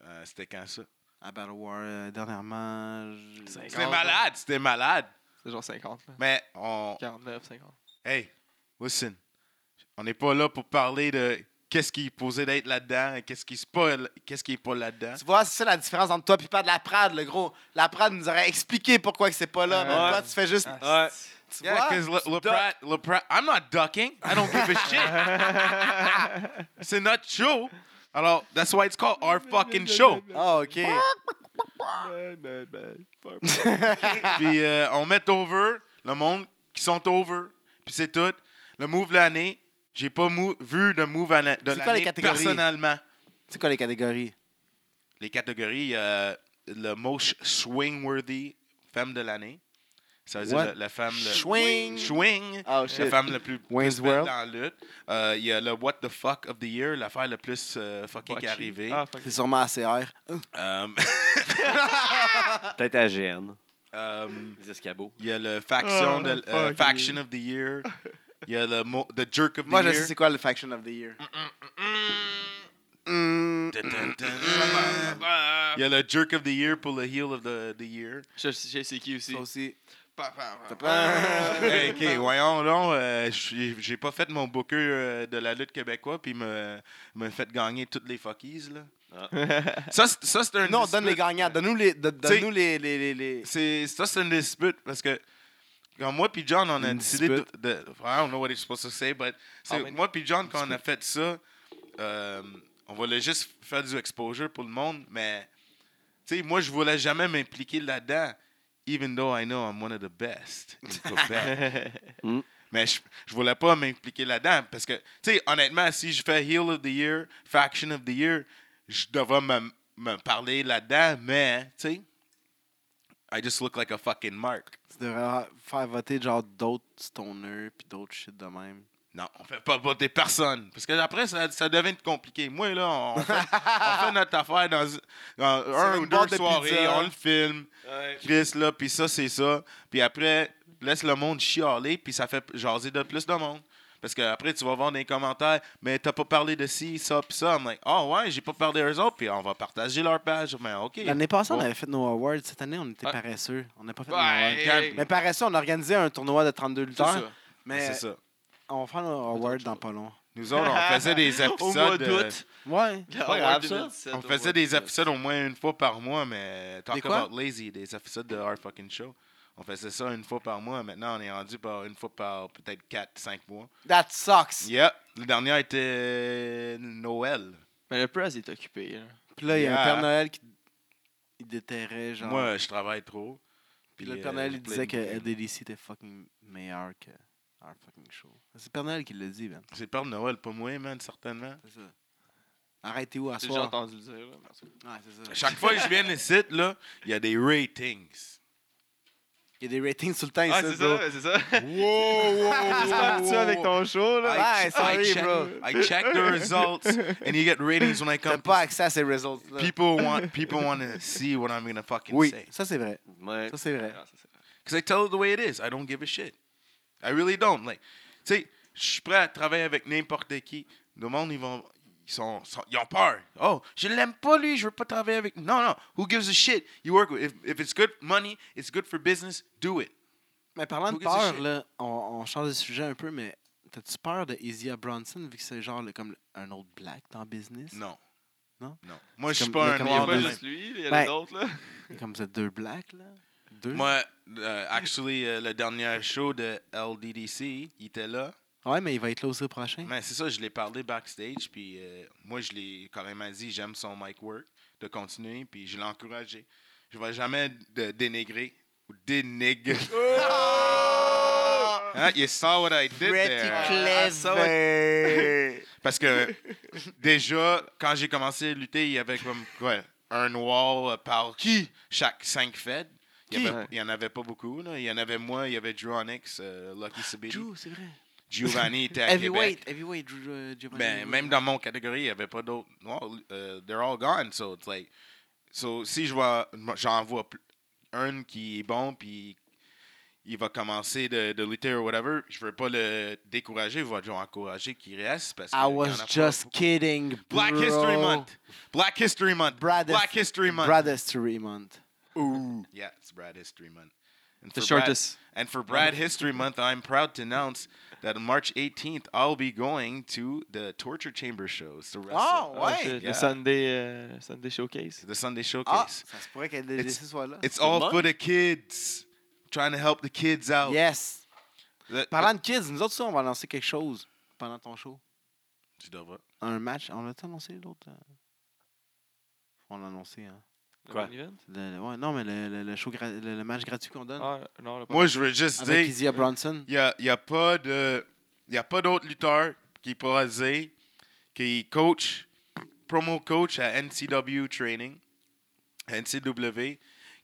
[SPEAKER 4] Euh, c'était quand ça?
[SPEAKER 3] À Battle War, euh, dernièrement. je-
[SPEAKER 2] C'est-
[SPEAKER 4] C'était malade, c'était malade.
[SPEAKER 2] C'est genre 50, là.
[SPEAKER 4] Mais on.
[SPEAKER 2] 49, 50.
[SPEAKER 4] Hey, listen. On n'est pas là pour parler de qu'est-ce qui est posé d'être là-dedans et qu'est-ce qui n'est qui est pas là-dedans.
[SPEAKER 3] Tu vois, c'est ça la différence entre toi et pas de la Prade, le gros. La Prade nous aurait expliqué pourquoi que c'est pas là, mais
[SPEAKER 2] Ouais.
[SPEAKER 3] toi, tu fais juste.
[SPEAKER 2] Ah,
[SPEAKER 3] Tu
[SPEAKER 4] Yeah,
[SPEAKER 3] vois?
[SPEAKER 4] because LePrat, LePrat, I'm not ducking. I don't give a shit. C'est not show. Alors, that's why it's called our fucking show.
[SPEAKER 3] Ah, ok.
[SPEAKER 4] Ah. Ben, Puis euh, on met over le monde qui sont over. Puis c'est tout. Le move de l'année, j'ai pas mou- vu de move à la- de
[SPEAKER 3] C'est quoi les
[SPEAKER 4] l'année
[SPEAKER 3] catégories?
[SPEAKER 4] personnellement.
[SPEAKER 3] C'est quoi les catégories?
[SPEAKER 4] Les catégories, euh, le most swing-worthy femme de l'année. Ça veut
[SPEAKER 3] What?
[SPEAKER 4] dire la, la femme... le-
[SPEAKER 3] Swing!
[SPEAKER 4] Swing.
[SPEAKER 3] Oh
[SPEAKER 4] la
[SPEAKER 3] shit.
[SPEAKER 4] femme la plus,
[SPEAKER 3] Wayne's
[SPEAKER 4] plus belle
[SPEAKER 3] World.
[SPEAKER 4] dans la lutte. Euh, Il y a le What the fuck of the year, l'affaire la plus euh, fucking qui est arrivée.
[SPEAKER 2] Ah, fuck.
[SPEAKER 3] C'est sûrement ACR. Ah.
[SPEAKER 4] Euh,
[SPEAKER 1] Peut-être à GN.
[SPEAKER 4] euh,
[SPEAKER 1] Les escabeaux.
[SPEAKER 4] Il y a le faction,
[SPEAKER 2] Oh,
[SPEAKER 4] de-
[SPEAKER 2] fuck
[SPEAKER 4] euh,
[SPEAKER 2] you.
[SPEAKER 4] faction of the year. Il y a le mo- the jerk of the
[SPEAKER 3] Moi, je
[SPEAKER 4] year.
[SPEAKER 3] sais c'est quoi le Faction of the Year. Mm.
[SPEAKER 4] Dun, dun, dun. Il y a le jerk of the year pour le heel of the, the year.
[SPEAKER 2] Je sais c'est qui aussi.
[SPEAKER 3] Ça aussi. T'as
[SPEAKER 4] Hey,
[SPEAKER 3] pas-
[SPEAKER 4] Euh, ok, voyons donc, euh, j'ai j'ai pas fait mon booker euh, de la lutte québécois puis me, me fait gagner toutes les fuckies. Là. Ça, c'est- ça, c'est un
[SPEAKER 3] Ah. Non,
[SPEAKER 4] dispute.
[SPEAKER 3] donne les gagnants. Donne-nous les. don-
[SPEAKER 4] T'sais-
[SPEAKER 3] Donne-nous les. les, les, les-
[SPEAKER 4] C'est ça, c'est une dispute parce que quand moi puis John on a
[SPEAKER 3] Une
[SPEAKER 4] décidé de, de- I don't know what it's supposed to say, but c'est
[SPEAKER 2] Ah, mais-
[SPEAKER 4] moi puis John quand on a fait ça, euh, on voulait juste faire du exposure pour le monde, mais tu sais moi je voulais jamais m'impliquer là-dedans, even though I know I'm one of the best. in Quebec.
[SPEAKER 1] Mm.
[SPEAKER 4] Mais je, je voulais pas m'impliquer là-dedans parce que, tu sais, honnêtement, si je fais Heel of the Year, Faction of the Year, je devrais me, me parler là-dedans, mais, tu sais, I just look like a fucking mark.
[SPEAKER 3] Tu devrais faire voter genre d'autres stoners puis d'autres shit de même.
[SPEAKER 4] Non, on fait pas voter personne. Parce que après, ça, ça devient compliqué. Moi, là, on fait, on fait notre affaire dans, dans un
[SPEAKER 3] une
[SPEAKER 4] ou
[SPEAKER 3] boîte de
[SPEAKER 4] deux soirées,
[SPEAKER 3] pizza.
[SPEAKER 4] on le filme. Chris, là, puis ça, c'est ça. Puis après, laisse le monde chialer, puis ça fait jaser de plus de monde. Parce que après, tu vas voir dans les commentaires, mais t'as pas parlé de ci, ça, puis ça. I'm like, oh ouais, j'ai pas parlé d'eux autres, puis on va partager leur page. Mais ok.
[SPEAKER 3] L'année passée, on
[SPEAKER 4] Bon.
[SPEAKER 3] avait fait nos awards. Cette année, on était
[SPEAKER 2] Ouais.
[SPEAKER 3] paresseux. On n'a pas fait nos awards.
[SPEAKER 4] Calme.
[SPEAKER 2] Ouais.
[SPEAKER 3] Mais paresseux, on a organisé un tournoi de 32
[SPEAKER 2] C'est ça.
[SPEAKER 3] lutteurs. Mais
[SPEAKER 4] C'est ça.
[SPEAKER 3] on va faire nos awards dans pas long.
[SPEAKER 4] Nous autres, on faisait des épisodes.
[SPEAKER 2] Au mois
[SPEAKER 4] euh,
[SPEAKER 2] d'août.
[SPEAKER 3] Ouais.
[SPEAKER 2] le
[SPEAKER 1] pas grave, ça.
[SPEAKER 2] 2017,
[SPEAKER 4] On
[SPEAKER 2] au
[SPEAKER 4] faisait
[SPEAKER 2] mois
[SPEAKER 4] des
[SPEAKER 2] d'août.
[SPEAKER 4] épisodes au moins une fois par mois, mais
[SPEAKER 3] Des
[SPEAKER 4] Talk
[SPEAKER 3] quoi?
[SPEAKER 4] About Lazy, des épisodes de Our Fucking Show. On faisait ça une fois par mois. Maintenant, on est rendu par une fois par peut-être 4, 5 mois.
[SPEAKER 3] That sucks.
[SPEAKER 4] Yep. Le dernier était Noël.
[SPEAKER 2] Mais le press est occupé. hein. là.
[SPEAKER 3] Puis là, il y a
[SPEAKER 4] Yeah.
[SPEAKER 3] un Père Noël qui il déterrait, genre.
[SPEAKER 4] Moi, je travaille trop.
[SPEAKER 3] Puis le
[SPEAKER 4] euh,
[SPEAKER 3] Père Noël, il
[SPEAKER 4] je
[SPEAKER 3] disait que
[SPEAKER 4] plais-
[SPEAKER 3] LDDC était fucking meilleur que our fucking show. C'est le Père Noël qui l'a dit, man.
[SPEAKER 4] C'est Père Noël, pas moi, man, certainement.
[SPEAKER 3] C'est ça. Arrêtez où à
[SPEAKER 2] J'ai déjà
[SPEAKER 3] soir?
[SPEAKER 2] entendu le dire. là, mais en tout cas.
[SPEAKER 3] Ouais, c'est ça.
[SPEAKER 4] Chaque fois que je viens ici, là, il y a des ratings.
[SPEAKER 3] Il y a des ratings tout le temps.
[SPEAKER 2] Ah,
[SPEAKER 3] ici,
[SPEAKER 2] c'est
[SPEAKER 3] bro.
[SPEAKER 2] ça, c'est ça.
[SPEAKER 1] Wow, wow,
[SPEAKER 2] Tu parles ça avec ton show, là.
[SPEAKER 3] Ah,
[SPEAKER 4] I, I,
[SPEAKER 3] sorry,
[SPEAKER 4] check,
[SPEAKER 3] bro.
[SPEAKER 4] I check the results, and you get ratings when I
[SPEAKER 3] T'as
[SPEAKER 4] come.
[SPEAKER 3] pas accès à ces results. là.
[SPEAKER 4] People want people want to see what I'm gonna fucking
[SPEAKER 3] Oui,
[SPEAKER 4] say.
[SPEAKER 3] ça c'est vrai.
[SPEAKER 1] Ouais.
[SPEAKER 3] Ça c'est vrai.
[SPEAKER 4] Because I tell it the way it is. I don't give a shit. I really don't. Like, tu sais, je suis prêt à travailler avec n'importe qui. Le monde, ils vont. Ils, sont, sont- ils ont peur. Oh, je l'aime pas lui, je veux pas travailler avec. Non, non. Who gives a shit? You work with. If, if it's good money, it's good for business, do it.
[SPEAKER 3] Mais parlant de
[SPEAKER 4] Who gives a
[SPEAKER 3] peur,
[SPEAKER 4] shit?
[SPEAKER 3] là, on, on change de sujet un peu, mais t'as-tu peur de Izzy Bronson vu que c'est genre le- comme un autre black dans le business?
[SPEAKER 4] Non.
[SPEAKER 3] Non?
[SPEAKER 4] Non. Moi, je
[SPEAKER 3] C'est
[SPEAKER 4] suis
[SPEAKER 3] comme-
[SPEAKER 4] pas un
[SPEAKER 3] comme
[SPEAKER 2] Il y a
[SPEAKER 4] noir
[SPEAKER 2] pas
[SPEAKER 4] de
[SPEAKER 3] Ben.
[SPEAKER 2] juste lui, il y a
[SPEAKER 3] Ben.
[SPEAKER 2] les autres, là.
[SPEAKER 3] Comme vous êtes deux blacks, là? Deux?
[SPEAKER 4] Moi, euh, actually, euh, le dernier show de LDDC, il était là.
[SPEAKER 3] Ouais, mais il va être là aussi au prochain.
[SPEAKER 4] Mais c'est ça, je l'ai parlé backstage, puis euh, moi, je l'ai quand même dit, j'aime son mic work, de continuer, puis je l'ai encouragé. Je vais jamais de dénigrer ou dénigrer. Hein, you saw what I did
[SPEAKER 3] Ah,
[SPEAKER 4] there. I saw what- Parce que déjà, quand j'ai commencé à lutter, il y avait comme quoi, un noir euh, par qui chaque cinq fêtes. Il n'y
[SPEAKER 2] Qui?
[SPEAKER 4] en avait pas beaucoup. là. Il y en avait moi, il y avait Drew Onyx, euh, Lucky Sabini,
[SPEAKER 3] Drew, c'est vrai.
[SPEAKER 4] Giovanni était à Québec.
[SPEAKER 3] Heavyweight, heavyweight, Drew, euh, Giovanni.
[SPEAKER 4] Ben, même dans mon catégorie, il n'y avait pas d'autres noirs. Euh, they're all gone. So, it's like, so si je vois, j'en vois pl- un qui est bon, puis il va commencer de, de lutter ou whatever, je veux pas le décourager, je vais le encourager qu'il reste. Parce que
[SPEAKER 3] I
[SPEAKER 4] il y en
[SPEAKER 3] was
[SPEAKER 4] a pas
[SPEAKER 3] just
[SPEAKER 4] beaucoup.
[SPEAKER 3] kidding, bro.
[SPEAKER 4] Black History Month. Black History Month.
[SPEAKER 3] Brad
[SPEAKER 4] Black History Month.
[SPEAKER 3] Brad History Month.
[SPEAKER 4] Yeah, it's Brad History Month. And
[SPEAKER 2] The
[SPEAKER 4] for
[SPEAKER 2] shortest.
[SPEAKER 4] Brad, and for Brad History Month, I'm proud to announce that on March 18th, I'll be going to the Torture Chamber shows to wrestle.
[SPEAKER 3] Oh,
[SPEAKER 2] Ah,
[SPEAKER 3] Ouais.
[SPEAKER 2] shit,
[SPEAKER 4] Yeah.
[SPEAKER 2] Le Sunday, euh, Sunday Showcase.
[SPEAKER 4] The Sunday
[SPEAKER 3] Ah,
[SPEAKER 4] Showcase.
[SPEAKER 3] ça se pourrait qu'elle ait
[SPEAKER 4] It's-
[SPEAKER 3] soit là.
[SPEAKER 4] It's
[SPEAKER 2] C'est
[SPEAKER 4] all
[SPEAKER 2] bon.
[SPEAKER 4] for the kids. Trying to help the kids out.
[SPEAKER 3] Yes.
[SPEAKER 4] Le-
[SPEAKER 3] Parlant de kids, nous autres, ça, on va lancer quelque chose pendant ton show.
[SPEAKER 4] Tu dois voir.
[SPEAKER 3] Un match. On l'a-tu annoncé, l'autre? euh? On l'a annoncé, hein.
[SPEAKER 1] Quoi?
[SPEAKER 2] Le main event?
[SPEAKER 3] Le- ouais, non, mais le, le- le show gra- le, le match gratuit qu'on donne
[SPEAKER 2] Ah, non, le
[SPEAKER 4] Moi, je veux juste
[SPEAKER 3] avec
[SPEAKER 4] dire,
[SPEAKER 3] Izzy Bronson.
[SPEAKER 4] il n'y a, y a pas de... Il a pas d'autre lutteur qui pourra dire qu'il est coach, promo coach à NCW Training, NCW,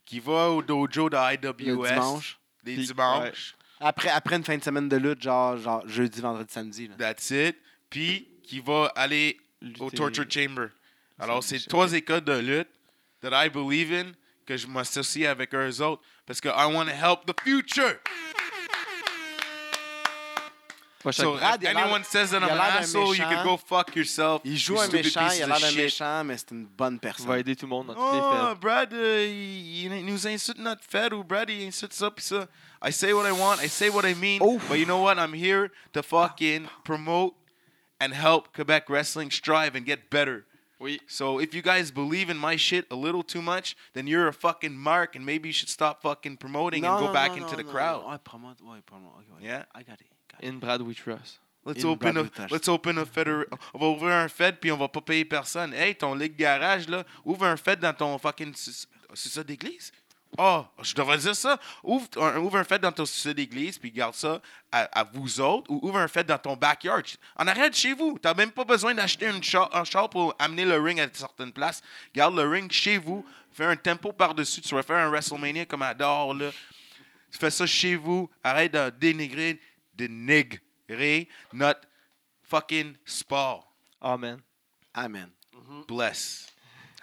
[SPEAKER 4] qui va au dojo de IWS.
[SPEAKER 3] Le dimanche.
[SPEAKER 4] Les
[SPEAKER 2] Puis-
[SPEAKER 4] dimanches.
[SPEAKER 3] Après, après une fin de semaine de lutte, genre, genre jeudi, vendredi, samedi. Là.
[SPEAKER 4] That's it. Puis, qui va aller
[SPEAKER 2] Lutter-
[SPEAKER 4] au Torture Chamber. Alors,
[SPEAKER 2] Samedi,
[SPEAKER 4] c'est trois écoles de lutte that I believe in, que je m'associe avec eux autres, parce que I want to help the future.
[SPEAKER 2] Pas chaque-
[SPEAKER 4] So,
[SPEAKER 3] Brad,
[SPEAKER 4] if
[SPEAKER 3] il a l'air-
[SPEAKER 4] anyone says that
[SPEAKER 3] il a
[SPEAKER 4] I'm an
[SPEAKER 3] l'air d'un
[SPEAKER 4] asshole, you
[SPEAKER 3] méchant.
[SPEAKER 4] can go fuck yourself.
[SPEAKER 3] Il
[SPEAKER 4] you
[SPEAKER 3] joue un
[SPEAKER 4] stupid
[SPEAKER 3] méchant,
[SPEAKER 4] piece
[SPEAKER 3] il a
[SPEAKER 4] of
[SPEAKER 3] l'air d'un
[SPEAKER 4] shit.
[SPEAKER 3] méchant, mais c'est une bonne personne.
[SPEAKER 2] va aider tout le monde dans toutes les
[SPEAKER 4] Oh,
[SPEAKER 2] fêtes.
[SPEAKER 4] Brad, euh, il, il nous insulte notre fête ou Brad, il insulte ça pis ça. I say what I want, I say what I mean,
[SPEAKER 3] Ouf.
[SPEAKER 4] but you know what? I'm here to fucking promote and help Quebec wrestling strive and get better.
[SPEAKER 2] Oui.
[SPEAKER 4] So if you guys believe in my shit a little too much, then you're a fucking mark, and maybe you should stop fucking promoting
[SPEAKER 3] Non,
[SPEAKER 4] and go
[SPEAKER 3] non,
[SPEAKER 4] back
[SPEAKER 3] non,
[SPEAKER 4] into
[SPEAKER 3] non,
[SPEAKER 4] the
[SPEAKER 3] non,
[SPEAKER 4] crowd.
[SPEAKER 3] non. Ouais, promote, ouais, promote. Ok, ouais.
[SPEAKER 4] Yeah.
[SPEAKER 3] I got it. got it.
[SPEAKER 2] In Brad We Trust.
[SPEAKER 4] Let's
[SPEAKER 3] In
[SPEAKER 4] open a,
[SPEAKER 3] Brabutage.
[SPEAKER 4] let's open a feder- On va ouvrir un Fed puis on va pas payer personne. Hey, ton ligue garage là, ouvre un Fed dans ton fucking suc- sucette d'église. Oh, je devrais dire ça. Ouvre un, ouvre un Fed dans ton sucette d'église puis garde ça à, à vous autres ou ouvre un Fed dans ton backyard. En arrière de chez vous, t'as même pas besoin d'acheter une char- un char pour amener le ring à certaines places. Garde le ring chez vous, fais un tempo par-dessus, tu vas faire un WrestleMania comme à dehors là. Tu fais ça chez vous. Arrête de dénigrer, dénigrer notre fucking sport.
[SPEAKER 2] Amen.
[SPEAKER 3] Amen.
[SPEAKER 4] Bless.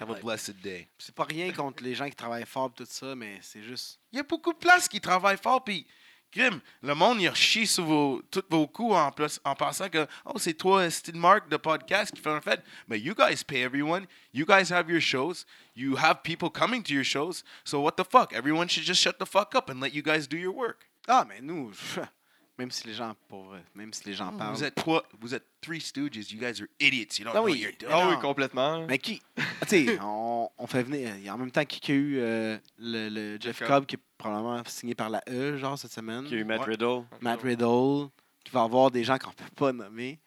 [SPEAKER 4] Have a blessed day.
[SPEAKER 3] C'est pas rien contre les gens qui travaillent fort pis tout ça, mais c'est juste.
[SPEAKER 4] Il y a beaucoup de places qui travaillent fort, puis crime, le monde, il chie sur vos, tous vos coups en, plus, en pensant que, oh, c'est toi, Steve Mark, de podcast, qui fait un fait. Mais you guys pay everyone. You guys have your shows. You have people coming to your shows. So what the fuck? Everyone should just shut the fuck up and let you guys do your work.
[SPEAKER 3] Ah, mais nous, même si les gens pour vrai, même si les gens parlent.
[SPEAKER 4] Vous êtes trois, vous êtes three stooges. You guys are idiots. You don't
[SPEAKER 3] Ah
[SPEAKER 4] know
[SPEAKER 3] oui.
[SPEAKER 4] what you're doing.
[SPEAKER 3] Ah
[SPEAKER 2] Ah
[SPEAKER 3] non.
[SPEAKER 2] oui, complètement.
[SPEAKER 3] Mais qui Tu sais, on, on fait venir. il y a En même temps, qui qui a eu euh, le, le Jeff
[SPEAKER 2] Jacob.
[SPEAKER 3] Cobb qui est probablement signé par la E, genre cette semaine.
[SPEAKER 1] Qui a eu Matt
[SPEAKER 4] Ouais.
[SPEAKER 1] Riddle.
[SPEAKER 3] Matt Riddle, qui va avoir des gens qu'on peut pas nommer.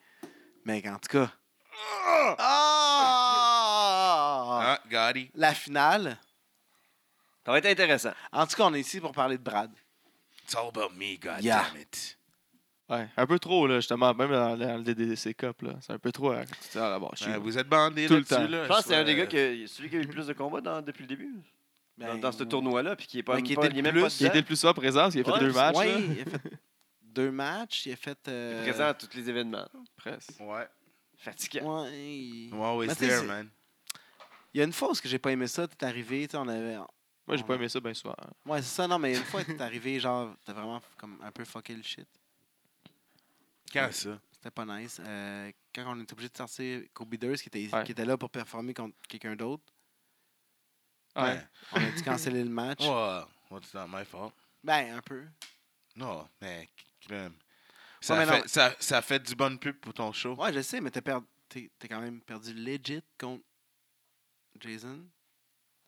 [SPEAKER 3] Mais en tout cas. Ah!
[SPEAKER 4] Ah, Gotti.
[SPEAKER 3] La finale.
[SPEAKER 1] Ça va être intéressant.
[SPEAKER 3] En tout cas, on est ici pour parler de Brad.
[SPEAKER 4] It's all about me, god
[SPEAKER 3] Yeah.
[SPEAKER 4] damn it.
[SPEAKER 2] Ouais, un peu trop, là, justement, même dans, dans le DDC Cup, là. C'est un peu trop à, c'est à la barre.
[SPEAKER 4] Ben Ouais, vous êtes bandé
[SPEAKER 2] Tout le
[SPEAKER 4] là-dessus,
[SPEAKER 2] temps.
[SPEAKER 4] là.
[SPEAKER 1] Je pense que c'est un
[SPEAKER 4] soit-
[SPEAKER 1] des gars qui a, celui qui a eu le plus de combats dans- depuis le début. dans,
[SPEAKER 3] Ben,
[SPEAKER 1] dans ce tournoi-là, puis qui est pas,
[SPEAKER 3] Ben, qui
[SPEAKER 1] pas-
[SPEAKER 3] était
[SPEAKER 1] il est même
[SPEAKER 3] le
[SPEAKER 1] pas
[SPEAKER 3] plus-
[SPEAKER 2] Il
[SPEAKER 1] dedans.
[SPEAKER 2] était le plus souvent présent, parce qu'il a fait
[SPEAKER 1] Ouais,
[SPEAKER 2] deux matchs.
[SPEAKER 3] ouais,
[SPEAKER 2] là.
[SPEAKER 3] il a fait deux matchs. Il a fait.
[SPEAKER 1] Il
[SPEAKER 3] euh,
[SPEAKER 1] est présent à tous les événements.
[SPEAKER 2] Presque.
[SPEAKER 4] Ouais.
[SPEAKER 1] Fatigant.
[SPEAKER 3] ouais, il-
[SPEAKER 4] Wow,
[SPEAKER 3] Mais
[SPEAKER 4] it's
[SPEAKER 3] tu sais,
[SPEAKER 4] there,
[SPEAKER 3] c'est-
[SPEAKER 4] man.
[SPEAKER 3] Il y a une fois où ce que j'ai pas aimé ça, t'es arrivé, tu sais, on avait.
[SPEAKER 2] Moi, j'ai pas aimé ça bien souvent.
[SPEAKER 3] Ouais, c'est ça, non, mais une fois t'es arrivé, genre, t'as vraiment comme un peu fucké le shit.
[SPEAKER 4] Quand ça?
[SPEAKER 3] C'était pas nice. Euh, quand on était obligé de sortir Kobe Durst, qui était,
[SPEAKER 2] Ouais.
[SPEAKER 3] qui était là pour performer contre quelqu'un d'autre,
[SPEAKER 2] Ouais.
[SPEAKER 3] on a dû canceller le match.
[SPEAKER 4] Wow, what's not my fault?
[SPEAKER 3] Ben, un peu.
[SPEAKER 4] Non, mais quand même. Ça,
[SPEAKER 3] mais non.
[SPEAKER 4] fait, ça, ça fait du bonne pub pour ton show.
[SPEAKER 3] Ouais, je sais, mais t'as perdu- t'es t'es quand même perdu legit contre Jason.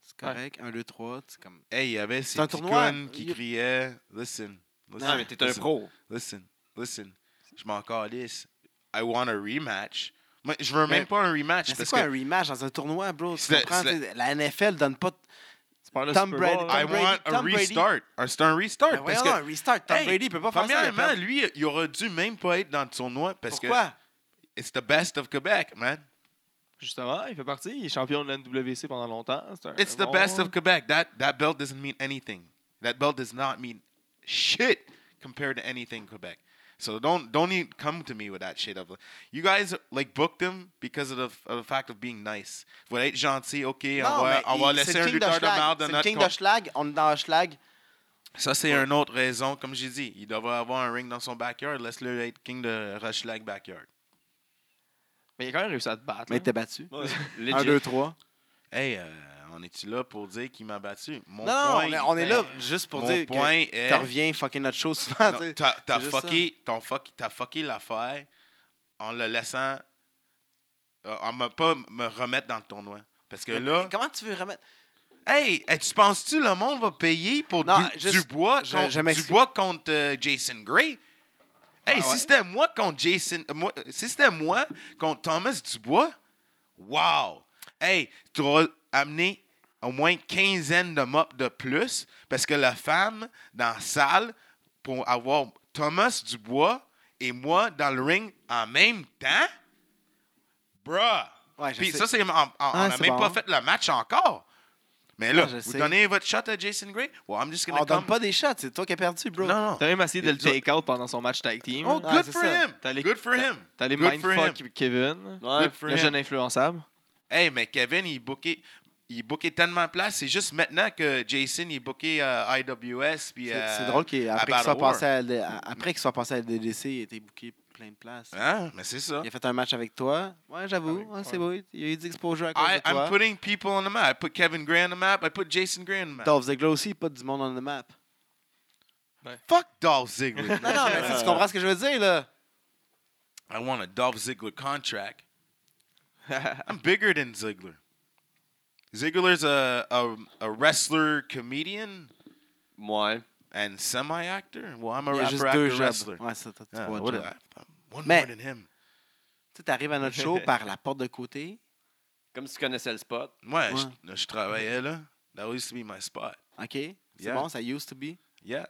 [SPEAKER 3] C'est
[SPEAKER 2] Ouais.
[SPEAKER 3] correct. 1, 2, 3. C'est comme.
[SPEAKER 4] Hey, il y avait ces
[SPEAKER 3] un
[SPEAKER 4] petits
[SPEAKER 3] tournoi.
[SPEAKER 4] cons qui
[SPEAKER 3] Il-
[SPEAKER 4] criaient Listen. listen
[SPEAKER 1] Non, mais t'es un
[SPEAKER 4] listen,
[SPEAKER 1] pro.
[SPEAKER 4] Listen, listen. Je m'en calisse. I want a rematch. Moi, je veux même
[SPEAKER 3] Mais-
[SPEAKER 4] pas un rematch.
[SPEAKER 3] Mais c'est
[SPEAKER 4] parce
[SPEAKER 3] quoi
[SPEAKER 4] que
[SPEAKER 3] un rematch dans un tournoi, bro? Tu
[SPEAKER 4] C'est-
[SPEAKER 3] comprends?
[SPEAKER 4] c'est-
[SPEAKER 3] t'sais, La NFL donne pas. de- Ben,
[SPEAKER 2] Tu parles de
[SPEAKER 3] Tom
[SPEAKER 2] Super
[SPEAKER 3] Brady-
[SPEAKER 2] Bowl,
[SPEAKER 3] Tom
[SPEAKER 2] hein?
[SPEAKER 4] I
[SPEAKER 3] Brady-
[SPEAKER 4] want a
[SPEAKER 3] Tom Brady.
[SPEAKER 4] restart. Un- C'est un restart.
[SPEAKER 3] Ben
[SPEAKER 4] parce
[SPEAKER 3] voyons,
[SPEAKER 4] que,
[SPEAKER 3] un restart. Tom
[SPEAKER 4] Hey,
[SPEAKER 3] Brady, il peut pas faire ça. il a
[SPEAKER 4] premièrement,
[SPEAKER 3] perdu.
[SPEAKER 4] lui, il aurait dû même pas être dans le tournoi parce que
[SPEAKER 3] Pourquoi?
[SPEAKER 4] it's the best of Quebec, man.
[SPEAKER 2] Justement, il fait partie. Il est champion de la NWC pendant longtemps. C'est un
[SPEAKER 4] It's the
[SPEAKER 2] bon-
[SPEAKER 4] best of Quebec. That that belt doesn't mean anything. That belt does not mean shit compared to anything Quebec. So don't don't even come to me with that shit of you guys like booked him because of the, of the fact of being nice. Vous être gentil, ok,
[SPEAKER 3] mais
[SPEAKER 4] on va, on va
[SPEAKER 3] il- c'est
[SPEAKER 4] laisser
[SPEAKER 3] le
[SPEAKER 4] un
[SPEAKER 3] king
[SPEAKER 4] lutteur de
[SPEAKER 3] d'Hochlag.
[SPEAKER 4] marde dans
[SPEAKER 3] C'est le
[SPEAKER 4] notre
[SPEAKER 3] king
[SPEAKER 4] com-
[SPEAKER 3] d'Hochlag. On est dans Hochlag.
[SPEAKER 4] Ça, c'est une autre raison. Comme j'ai dit, il devrait avoir un ring dans son backyard. Laisse-le être king de Rushlag backyard.
[SPEAKER 2] Mais il a quand même réussi à te battre. hein.
[SPEAKER 3] Mais
[SPEAKER 2] là.
[SPEAKER 3] il t'a battu.
[SPEAKER 1] Legit.
[SPEAKER 3] 1, 2, 3.
[SPEAKER 4] Hey, euh, on est-tu là pour dire qu'il m'a battu? Mon
[SPEAKER 3] Non, non,
[SPEAKER 4] point,
[SPEAKER 3] on est, on est
[SPEAKER 4] ben,
[SPEAKER 3] là juste pour
[SPEAKER 4] mon
[SPEAKER 3] dire que
[SPEAKER 4] point est-
[SPEAKER 3] tu reviens fucking notre show souvent.
[SPEAKER 4] Non,
[SPEAKER 3] t'sais.
[SPEAKER 4] T'as t'as
[SPEAKER 3] juste ça.
[SPEAKER 4] fucké, ton fuck, t'as fucké l'affaire en le laissant. euh, en me pas me remettre dans le tournoi. Parce que là.
[SPEAKER 3] Comment tu veux remettre.
[SPEAKER 4] Hey, eh, tu penses-tu le monde va payer pour
[SPEAKER 3] Non,
[SPEAKER 4] du,
[SPEAKER 3] juste-
[SPEAKER 4] Dubois,
[SPEAKER 3] je-
[SPEAKER 4] contre,
[SPEAKER 3] je m'excuse.
[SPEAKER 4] Dubois contre euh, Jason Gray? Hey,
[SPEAKER 3] Ah ouais?
[SPEAKER 4] si c'était moi contre Jason. euh, moi- euh, si c'était moi contre Thomas Dubois, wow! Hey, tu auras amené au moins quinzaine de mops de plus parce que la femme dans la salle pour avoir Thomas Dubois et moi dans le ring en même temps? Bruh!
[SPEAKER 3] Ouais, je
[SPEAKER 4] Puis
[SPEAKER 3] sais.
[SPEAKER 4] ça, c'est en- en- on
[SPEAKER 3] Ah,
[SPEAKER 4] n'a
[SPEAKER 3] c'est
[SPEAKER 4] même pas
[SPEAKER 3] bon.
[SPEAKER 4] fait le match encore. Mais là,
[SPEAKER 3] Ah, je
[SPEAKER 4] vous
[SPEAKER 3] sais.
[SPEAKER 4] donnez votre shot à Jason Gray? Well, I'm just gonna
[SPEAKER 3] On donne
[SPEAKER 4] come.
[SPEAKER 3] pas des shots. C'est toi qui as perdu, bro.
[SPEAKER 4] Non, non.
[SPEAKER 2] T'as même essayé de le
[SPEAKER 4] Ça-
[SPEAKER 2] take-out pendant son match tag team.
[SPEAKER 4] Oh,
[SPEAKER 3] Ouais,
[SPEAKER 4] good
[SPEAKER 3] Ah, c'est
[SPEAKER 4] for
[SPEAKER 3] ça.
[SPEAKER 4] him.
[SPEAKER 2] T'as les-
[SPEAKER 4] Good for him.
[SPEAKER 2] T'as les
[SPEAKER 4] Good for him.
[SPEAKER 2] mindfuck Kevin.
[SPEAKER 1] Ouais.
[SPEAKER 4] Good for
[SPEAKER 2] Le
[SPEAKER 4] him.
[SPEAKER 2] jeune influençable.
[SPEAKER 4] Hey, mais Kevin, il bookait, il bookait tellement de place. C'est juste maintenant que Jason, il bookait euh, à IWS. puis euh,
[SPEAKER 3] C'est-
[SPEAKER 4] à-
[SPEAKER 3] C'est drôle qu'après qu'il
[SPEAKER 4] Battle
[SPEAKER 3] soit,
[SPEAKER 4] War.
[SPEAKER 3] passé Euh, à L- à- après qu'il soit passé à LDDC, il a été booké plein de places.
[SPEAKER 4] Hein? Mais c'est ça.
[SPEAKER 3] Il a fait un match avec toi. Ouais, j'avoue.
[SPEAKER 2] Avec
[SPEAKER 3] Ouais, c'est
[SPEAKER 2] toi.
[SPEAKER 3] beau. Il y a eu des exposures à cause
[SPEAKER 4] I,
[SPEAKER 3] de toi.
[SPEAKER 4] I'm putting people on the map. I put Kevin Gray on the map. I put Jason Gray on the map.
[SPEAKER 3] Dolph Ziggler aussi, pas du monde on the map.
[SPEAKER 4] Fuck Dolph Ziggler.
[SPEAKER 3] Non, non, mais tu- tu comprends ce que je veux dire, là?
[SPEAKER 4] I want a Dolph Ziggler contract. I'm bigger than Ziggler. Ziggler's a, a, a wrestler, comedian,
[SPEAKER 1] Ouais.
[SPEAKER 4] and semi actor. Well, I'm a
[SPEAKER 3] Il y a
[SPEAKER 4] rapper
[SPEAKER 3] juste
[SPEAKER 4] actor
[SPEAKER 3] deux
[SPEAKER 4] wrestler.
[SPEAKER 3] jobs. Ouais, ça, t'as
[SPEAKER 4] Yeah,
[SPEAKER 3] trois
[SPEAKER 4] what
[SPEAKER 3] jobs.
[SPEAKER 4] a- one
[SPEAKER 3] Mais-
[SPEAKER 4] more than him.
[SPEAKER 3] Tu arrives à notre show par la porte de côté.
[SPEAKER 1] Comme si tu connaissais le spot.
[SPEAKER 4] Ouais,
[SPEAKER 3] Ouais.
[SPEAKER 4] Je, je travaillais là. That used to be my spot.
[SPEAKER 3] OK? C'est
[SPEAKER 4] Yeah.
[SPEAKER 3] bon, ça used to be.
[SPEAKER 4] Yeah.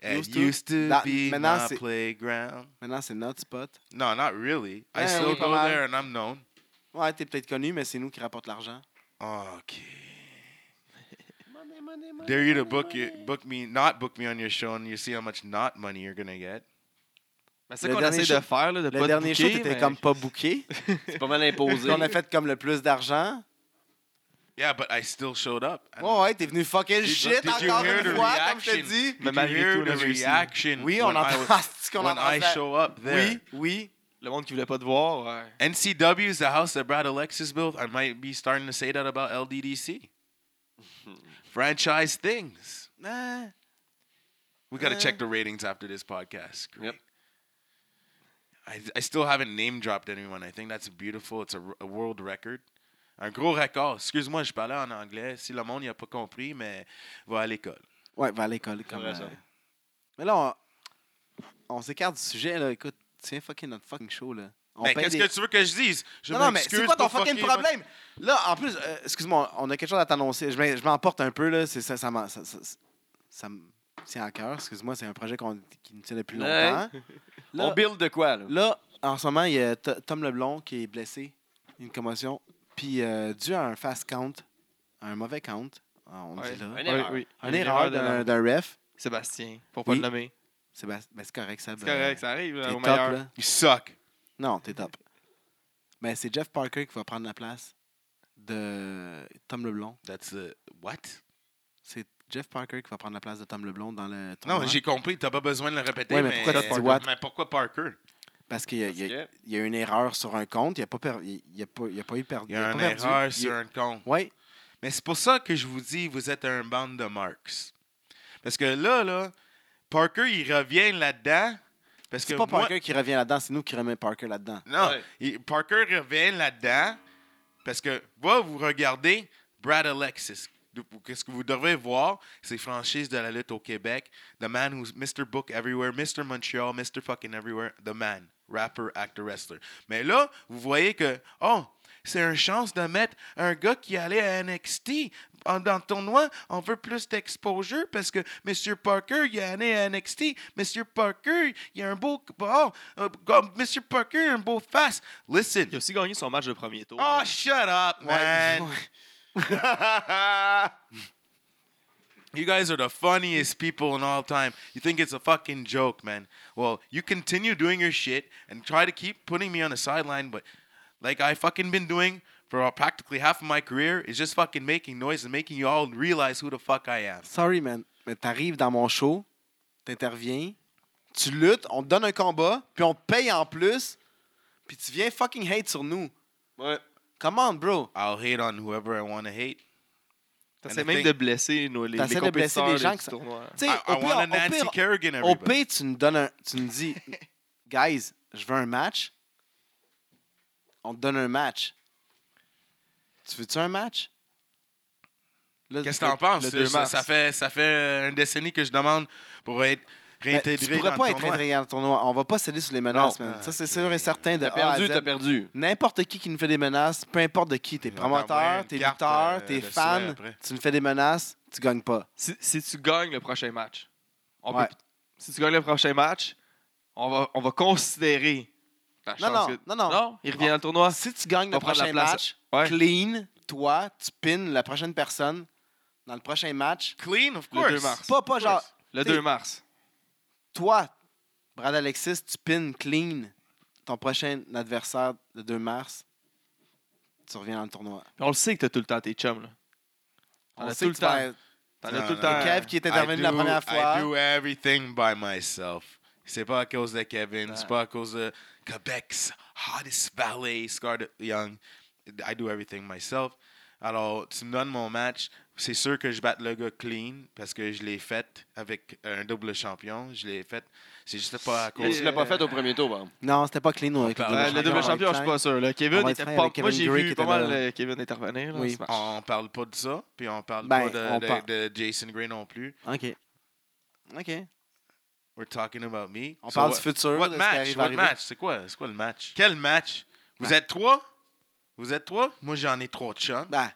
[SPEAKER 4] It used
[SPEAKER 3] Used
[SPEAKER 4] to,
[SPEAKER 3] to- That-
[SPEAKER 4] be
[SPEAKER 3] maintenant,
[SPEAKER 4] my
[SPEAKER 3] c'est-
[SPEAKER 4] playground.
[SPEAKER 3] Maintenant, c'est notre spot.
[SPEAKER 4] No, not really. I
[SPEAKER 3] Ouais,
[SPEAKER 4] still
[SPEAKER 3] oui, pas
[SPEAKER 4] go
[SPEAKER 3] mal.
[SPEAKER 4] there and I'm known.
[SPEAKER 3] Ouais, t'es peut-être connu, mais c'est nous qui rapporte l'argent.
[SPEAKER 4] Okay. Dare you to book you, book me, not book me on your show, and you see how much not money you're gonna get.
[SPEAKER 2] Mais c'est
[SPEAKER 3] Le
[SPEAKER 2] qu'on
[SPEAKER 3] dernier
[SPEAKER 2] essaie
[SPEAKER 3] show-
[SPEAKER 2] de faire, là, de pas
[SPEAKER 3] Le dernier show, t'étais
[SPEAKER 2] t'étais
[SPEAKER 3] comme pas booké.
[SPEAKER 1] C'est pas mal imposé.
[SPEAKER 3] on a fait comme le plus d'argent.
[SPEAKER 4] Yeah, but I still showed up. And-
[SPEAKER 3] Ouais, ouais, t'es venu fucking
[SPEAKER 4] Ah Did you-
[SPEAKER 3] shit
[SPEAKER 4] did you
[SPEAKER 3] encore
[SPEAKER 4] hear
[SPEAKER 3] une
[SPEAKER 4] the
[SPEAKER 3] fois, comme je
[SPEAKER 4] reaction?
[SPEAKER 3] te dis.
[SPEAKER 4] Did you
[SPEAKER 2] malgré
[SPEAKER 4] hear
[SPEAKER 2] tout, on
[SPEAKER 4] the
[SPEAKER 2] a réussi.
[SPEAKER 4] reaction
[SPEAKER 3] Oui, on
[SPEAKER 4] when I
[SPEAKER 3] entend
[SPEAKER 4] was-
[SPEAKER 3] ce qu'on
[SPEAKER 4] when I
[SPEAKER 3] entend.
[SPEAKER 4] show up there.
[SPEAKER 3] Oui, oui.
[SPEAKER 2] Le monde qui voulait pas te voir. ouais.
[SPEAKER 4] NCW is the house that Brad Alexis built. I might be starting to say that about LDDC. Franchise things.
[SPEAKER 3] Ah,
[SPEAKER 4] We got to
[SPEAKER 3] Uh.
[SPEAKER 4] check the ratings after this podcast. Great.
[SPEAKER 1] Yep.
[SPEAKER 4] I, I still haven't name dropped anyone. I think that's beautiful. It's a, r- a world record. Un gros record. Excuse-moi, je parlais en anglais. Si le monde n'a pas compris, mais va à l'école.
[SPEAKER 3] Ouais, va à l'école comme
[SPEAKER 1] vrai,
[SPEAKER 3] euh,
[SPEAKER 1] ça.
[SPEAKER 3] Mais là, on, on s'écarte du sujet, là. Écoute, tiens fucking notre fucking show, là. On paye
[SPEAKER 4] Mais Ben, qu'est-ce
[SPEAKER 3] des-
[SPEAKER 4] que tu veux que je dise? Je
[SPEAKER 3] Non, non, mais
[SPEAKER 4] m'excuse
[SPEAKER 3] c'est quoi ton
[SPEAKER 4] pour
[SPEAKER 3] fucking
[SPEAKER 4] fucker
[SPEAKER 3] problème? Là, en plus, euh, excuse-moi, on a quelque chose à t'annoncer. Je m'en- je m'emporte un peu, là. C'est ça, ça, m'en- ça, ça, ça me tient à cœur. Excuse-moi, c'est un projet qu'on- qui nous tient depuis
[SPEAKER 1] Ouais.
[SPEAKER 3] longtemps. Là-
[SPEAKER 1] On build de quoi, là?
[SPEAKER 3] Là, en ce moment, il y a To- Tom Leblon qui est blessé, une commotion. Puis, euh, dû à un fast count, un mauvais count, euh, Ah, on
[SPEAKER 2] Ouais.
[SPEAKER 3] est là.
[SPEAKER 1] Une erreur.
[SPEAKER 2] Oui, oui.
[SPEAKER 3] Une erreur d'un- d'un ref.
[SPEAKER 2] Sébastien, pour pas le
[SPEAKER 3] Oui.
[SPEAKER 2] nommer.
[SPEAKER 3] C'est ben, ben, c'est correct, Seb.
[SPEAKER 2] C'est correct, ça arrive
[SPEAKER 3] T'es
[SPEAKER 2] là, au
[SPEAKER 3] top,
[SPEAKER 2] meilleur.
[SPEAKER 3] là.
[SPEAKER 4] Il suck.
[SPEAKER 3] Non, t'es top. Mais c'est Jeff Parker qui va prendre la place de Tom Leblond.
[SPEAKER 4] That's uh, what?
[SPEAKER 3] C'est Jeff Parker qui va prendre la place de Tom Leblond dans le tournoi.
[SPEAKER 4] Non, j'ai compris, t'as pas besoin de le répéter.
[SPEAKER 3] Ouais, mais pourquoi
[SPEAKER 2] tu
[SPEAKER 4] mais,
[SPEAKER 2] dis
[SPEAKER 3] what?
[SPEAKER 4] mais pourquoi Parker?
[SPEAKER 3] Parce qu'il y, a- il y a-
[SPEAKER 1] Parce
[SPEAKER 3] il y a une erreur sur un compte. Il n'y a, pas per- il y a, pas- il y a pas eu perdu.
[SPEAKER 4] Il y a une erreur sur un compte.
[SPEAKER 3] Oui,
[SPEAKER 4] Mais c'est pour ça que je vous dis, vous êtes un bande de marks. Parce que là, là, Parker, il revient là-dedans. Parce que
[SPEAKER 3] c'est pas
[SPEAKER 4] moi-
[SPEAKER 3] Parker qui revient là-dedans, c'est nous qui remet Parker là-dedans.
[SPEAKER 4] Non,
[SPEAKER 1] Ouais.
[SPEAKER 4] il- Parker revient là-dedans. Parce que, moi, vous regardez Brad Alexis. De- Qu'est-ce que vous devrez voir, c'est franchise de la lutte au Québec. The man who's Mr. Book everywhere, Mr. Montreal, Mr. fucking everywhere. The man. Rapper, actor, wrestler. Mais là, vous voyez que, oh, c'est une chance de mettre un gars qui allait à NXT en- dans le tournoi. On veut plus d'exposure parce que Monsieur Parker, il est allé à NXT. Monsieur Parker, il a un beau corps. Euh, comme Monsieur Parker, a un beau face. Listen.
[SPEAKER 2] Il a aussi gagné son match de premier tour.
[SPEAKER 4] Oh, shut up, man. You guys are the funniest people in all time. You think it's a fucking joke, man. Well, you continue doing your shit and try to keep putting me on the sideline, but like I fucking been doing for uh, practically half of my career is just fucking making noise and making you all realize who the fuck I am.
[SPEAKER 3] Sorry, man, mais t'arrives dans mon show, t'interviens, tu luttes, on te donne un combat, puis on te paye en plus, puis tu viens fucking hate sur nous.
[SPEAKER 1] Ouais.
[SPEAKER 3] Come on, bro.
[SPEAKER 4] I'll hate on whoever I want to hate.
[SPEAKER 2] T'essaies
[SPEAKER 4] And I
[SPEAKER 2] même
[SPEAKER 4] think-
[SPEAKER 2] de blesser nos, les, les
[SPEAKER 3] T'essaies de blesser
[SPEAKER 2] compétiteurs
[SPEAKER 3] les gens
[SPEAKER 2] du
[SPEAKER 3] qui sont-
[SPEAKER 2] tournoi.
[SPEAKER 3] Tu sais,
[SPEAKER 4] I, I
[SPEAKER 3] au pire,
[SPEAKER 4] want a
[SPEAKER 3] au
[SPEAKER 4] Nancy
[SPEAKER 3] pire,
[SPEAKER 4] Kerrigan,
[SPEAKER 3] Au
[SPEAKER 4] everybody.
[SPEAKER 3] pire, tu nous donnes un, tu nous dis, guys, je veux un match. On te donne un match. Tu veux-tu un match? Là,
[SPEAKER 4] Qu'est-ce que t'en penses?
[SPEAKER 2] le deux
[SPEAKER 4] Ça,
[SPEAKER 2] mars.
[SPEAKER 4] ça fait, ça fait une décennie que je demande pour être
[SPEAKER 3] Ben,
[SPEAKER 4] réintégré
[SPEAKER 3] tu pourrais
[SPEAKER 4] dans
[SPEAKER 3] pas
[SPEAKER 4] le
[SPEAKER 3] être
[SPEAKER 4] tournoi.
[SPEAKER 3] intégré dans le tournoi. On va pas céder sur les menaces,
[SPEAKER 4] Non.
[SPEAKER 3] man. Ça, c'est sûr et certain. De
[SPEAKER 1] T'as
[SPEAKER 3] A à
[SPEAKER 1] perdu,
[SPEAKER 3] Z.
[SPEAKER 1] t'as perdu.
[SPEAKER 3] N'importe qui qui nous fait des menaces, peu importe de qui, t'es
[SPEAKER 4] va t'envoyer
[SPEAKER 3] promoteur,
[SPEAKER 4] une
[SPEAKER 3] t'es
[SPEAKER 4] carte, euh,
[SPEAKER 3] lutteur, t'es
[SPEAKER 4] de soin
[SPEAKER 3] fan,
[SPEAKER 4] après.
[SPEAKER 3] tu nous fais des menaces, tu gagnes pas.
[SPEAKER 2] Si, si tu gagnes le prochain match, on
[SPEAKER 3] Ouais.
[SPEAKER 2] peut, si tu gagnes le prochain match, on va, on va considérer la
[SPEAKER 3] Non,
[SPEAKER 2] chance
[SPEAKER 3] non,
[SPEAKER 2] que-
[SPEAKER 3] non, non.
[SPEAKER 2] il revient dans le tournoi.
[SPEAKER 3] Ah, Si tu gagnes
[SPEAKER 2] On
[SPEAKER 3] le
[SPEAKER 2] prend de la
[SPEAKER 3] prochain
[SPEAKER 2] place.
[SPEAKER 3] match,
[SPEAKER 2] Ouais.
[SPEAKER 3] clean, toi, tu pins la prochaine personne dans le prochain match.
[SPEAKER 4] Clean, of
[SPEAKER 2] Le
[SPEAKER 4] course.
[SPEAKER 2] deux mars.
[SPEAKER 3] Pas, pas
[SPEAKER 4] Of
[SPEAKER 3] genre,
[SPEAKER 4] course.
[SPEAKER 2] Le
[SPEAKER 3] t'sais-
[SPEAKER 2] 2 mars.
[SPEAKER 3] toi, Brad Alexis, tu pins clean ton prochain adversaire le 2 mars, tu reviens dans le tournoi.
[SPEAKER 2] Puis On le sait que t'as tout le temps tes chums. là. T'en
[SPEAKER 3] On
[SPEAKER 2] as
[SPEAKER 3] sait
[SPEAKER 2] tout le
[SPEAKER 3] que tu vas-
[SPEAKER 2] temps. T'en as
[SPEAKER 4] Non,
[SPEAKER 2] tout euh, le
[SPEAKER 4] non,
[SPEAKER 2] temps.
[SPEAKER 4] non.
[SPEAKER 3] Kev qui est intervenu
[SPEAKER 4] I
[SPEAKER 3] la
[SPEAKER 4] do-
[SPEAKER 3] première fois.
[SPEAKER 4] I do everything by myself. C'est pas à cause de Kevin, c'est pas à cause de Quebec's hottest ballet, Scarlett Young. I do everything myself. Alors, tu me donnes mon match. C'est sûr que je batte le gars clean parce que je l'ai fait avec un double champion. Je l'ai fait. C'est juste pas à
[SPEAKER 1] Mais
[SPEAKER 4] cause.
[SPEAKER 1] tu l'as pas fait au premier tour, par exemple.
[SPEAKER 3] Non, c'était pas clean. avec
[SPEAKER 4] parle-
[SPEAKER 2] Ouais, le double champion, je suis pas sûr. là.
[SPEAKER 3] On
[SPEAKER 2] Kevin
[SPEAKER 3] va
[SPEAKER 2] était
[SPEAKER 3] être franc
[SPEAKER 2] pas.
[SPEAKER 3] avec
[SPEAKER 2] Moi,
[SPEAKER 3] Kevin
[SPEAKER 2] j'ai
[SPEAKER 3] Gray
[SPEAKER 2] vu
[SPEAKER 3] qui
[SPEAKER 2] pas
[SPEAKER 3] était
[SPEAKER 2] mal
[SPEAKER 3] là. Ah.
[SPEAKER 2] euh, Kevin intervenir. là,
[SPEAKER 3] Oui.
[SPEAKER 2] ce match.
[SPEAKER 4] On parle pas de ça, puis on parle
[SPEAKER 3] Ben,
[SPEAKER 4] pas de,
[SPEAKER 3] on
[SPEAKER 4] de-
[SPEAKER 3] parle-
[SPEAKER 4] de Jason Gray non plus.
[SPEAKER 3] OK. OK.
[SPEAKER 4] We're talking about me.
[SPEAKER 3] On
[SPEAKER 4] So
[SPEAKER 3] parle
[SPEAKER 4] what-
[SPEAKER 3] du futur.
[SPEAKER 4] What
[SPEAKER 3] de ce qui
[SPEAKER 4] match?
[SPEAKER 3] arrive à
[SPEAKER 4] What
[SPEAKER 3] arriver. Ben.
[SPEAKER 4] match? C'est quoi? C'est quoi le match? Quel match? Vous
[SPEAKER 3] Ouais.
[SPEAKER 4] êtes trois? Vous êtes trois? Moi, j'en ai trois de chums.
[SPEAKER 3] Ben,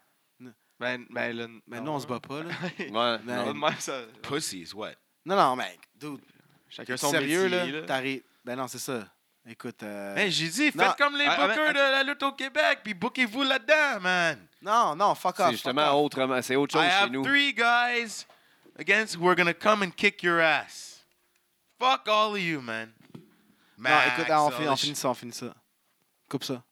[SPEAKER 2] Ben, ben, là,
[SPEAKER 3] ben nous, on se bat pas, là.
[SPEAKER 2] Ah. Ouais.
[SPEAKER 1] Ouais.
[SPEAKER 3] Ben,
[SPEAKER 2] Non, de même, ça-
[SPEAKER 4] Pussies, what?
[SPEAKER 3] Non, non, mec. Dude,
[SPEAKER 2] Chacun son
[SPEAKER 3] sérieux,
[SPEAKER 2] métier,
[SPEAKER 3] là. T'arrives. Ben non, c'est ça. Écoute. euh,
[SPEAKER 4] Hey, j'ai dit, faites
[SPEAKER 3] Non.
[SPEAKER 4] comme les
[SPEAKER 2] Ah, ah, ben,
[SPEAKER 4] bookers de la lutte au Québec, puis bookez-vous là-dedans, man.
[SPEAKER 3] Non, non, fuck off.
[SPEAKER 1] C'est justement
[SPEAKER 3] fuck off.
[SPEAKER 1] autre, c'est autre
[SPEAKER 4] I
[SPEAKER 1] chose chez
[SPEAKER 4] have
[SPEAKER 1] nous.
[SPEAKER 4] three guys against who are gonna come and kick your ass. Fuck all of you, man.
[SPEAKER 3] Non,
[SPEAKER 4] Max,
[SPEAKER 3] écoute, on,
[SPEAKER 4] all
[SPEAKER 3] finit, on
[SPEAKER 4] this
[SPEAKER 3] finit ça, on finit ça. Coupe ça.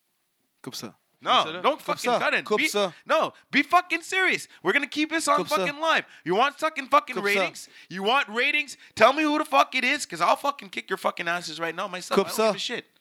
[SPEAKER 3] Coupe ça.
[SPEAKER 2] ça, là.
[SPEAKER 4] No, don't
[SPEAKER 3] Coupe
[SPEAKER 4] fucking
[SPEAKER 3] ça.
[SPEAKER 4] cut it.
[SPEAKER 3] Coupe
[SPEAKER 4] Be-
[SPEAKER 3] ça.
[SPEAKER 4] No, be fucking serious. We're gonna keep this on
[SPEAKER 3] Coupe ça.
[SPEAKER 4] fucking live. You want fucking fucking
[SPEAKER 3] Coupe ça.
[SPEAKER 4] ratings? You want ratings? Tell me who the fuck it is, cause I'll fucking kick your fucking asses right now myself.
[SPEAKER 3] Coupe
[SPEAKER 4] I don't
[SPEAKER 3] ça.
[SPEAKER 4] give a shit.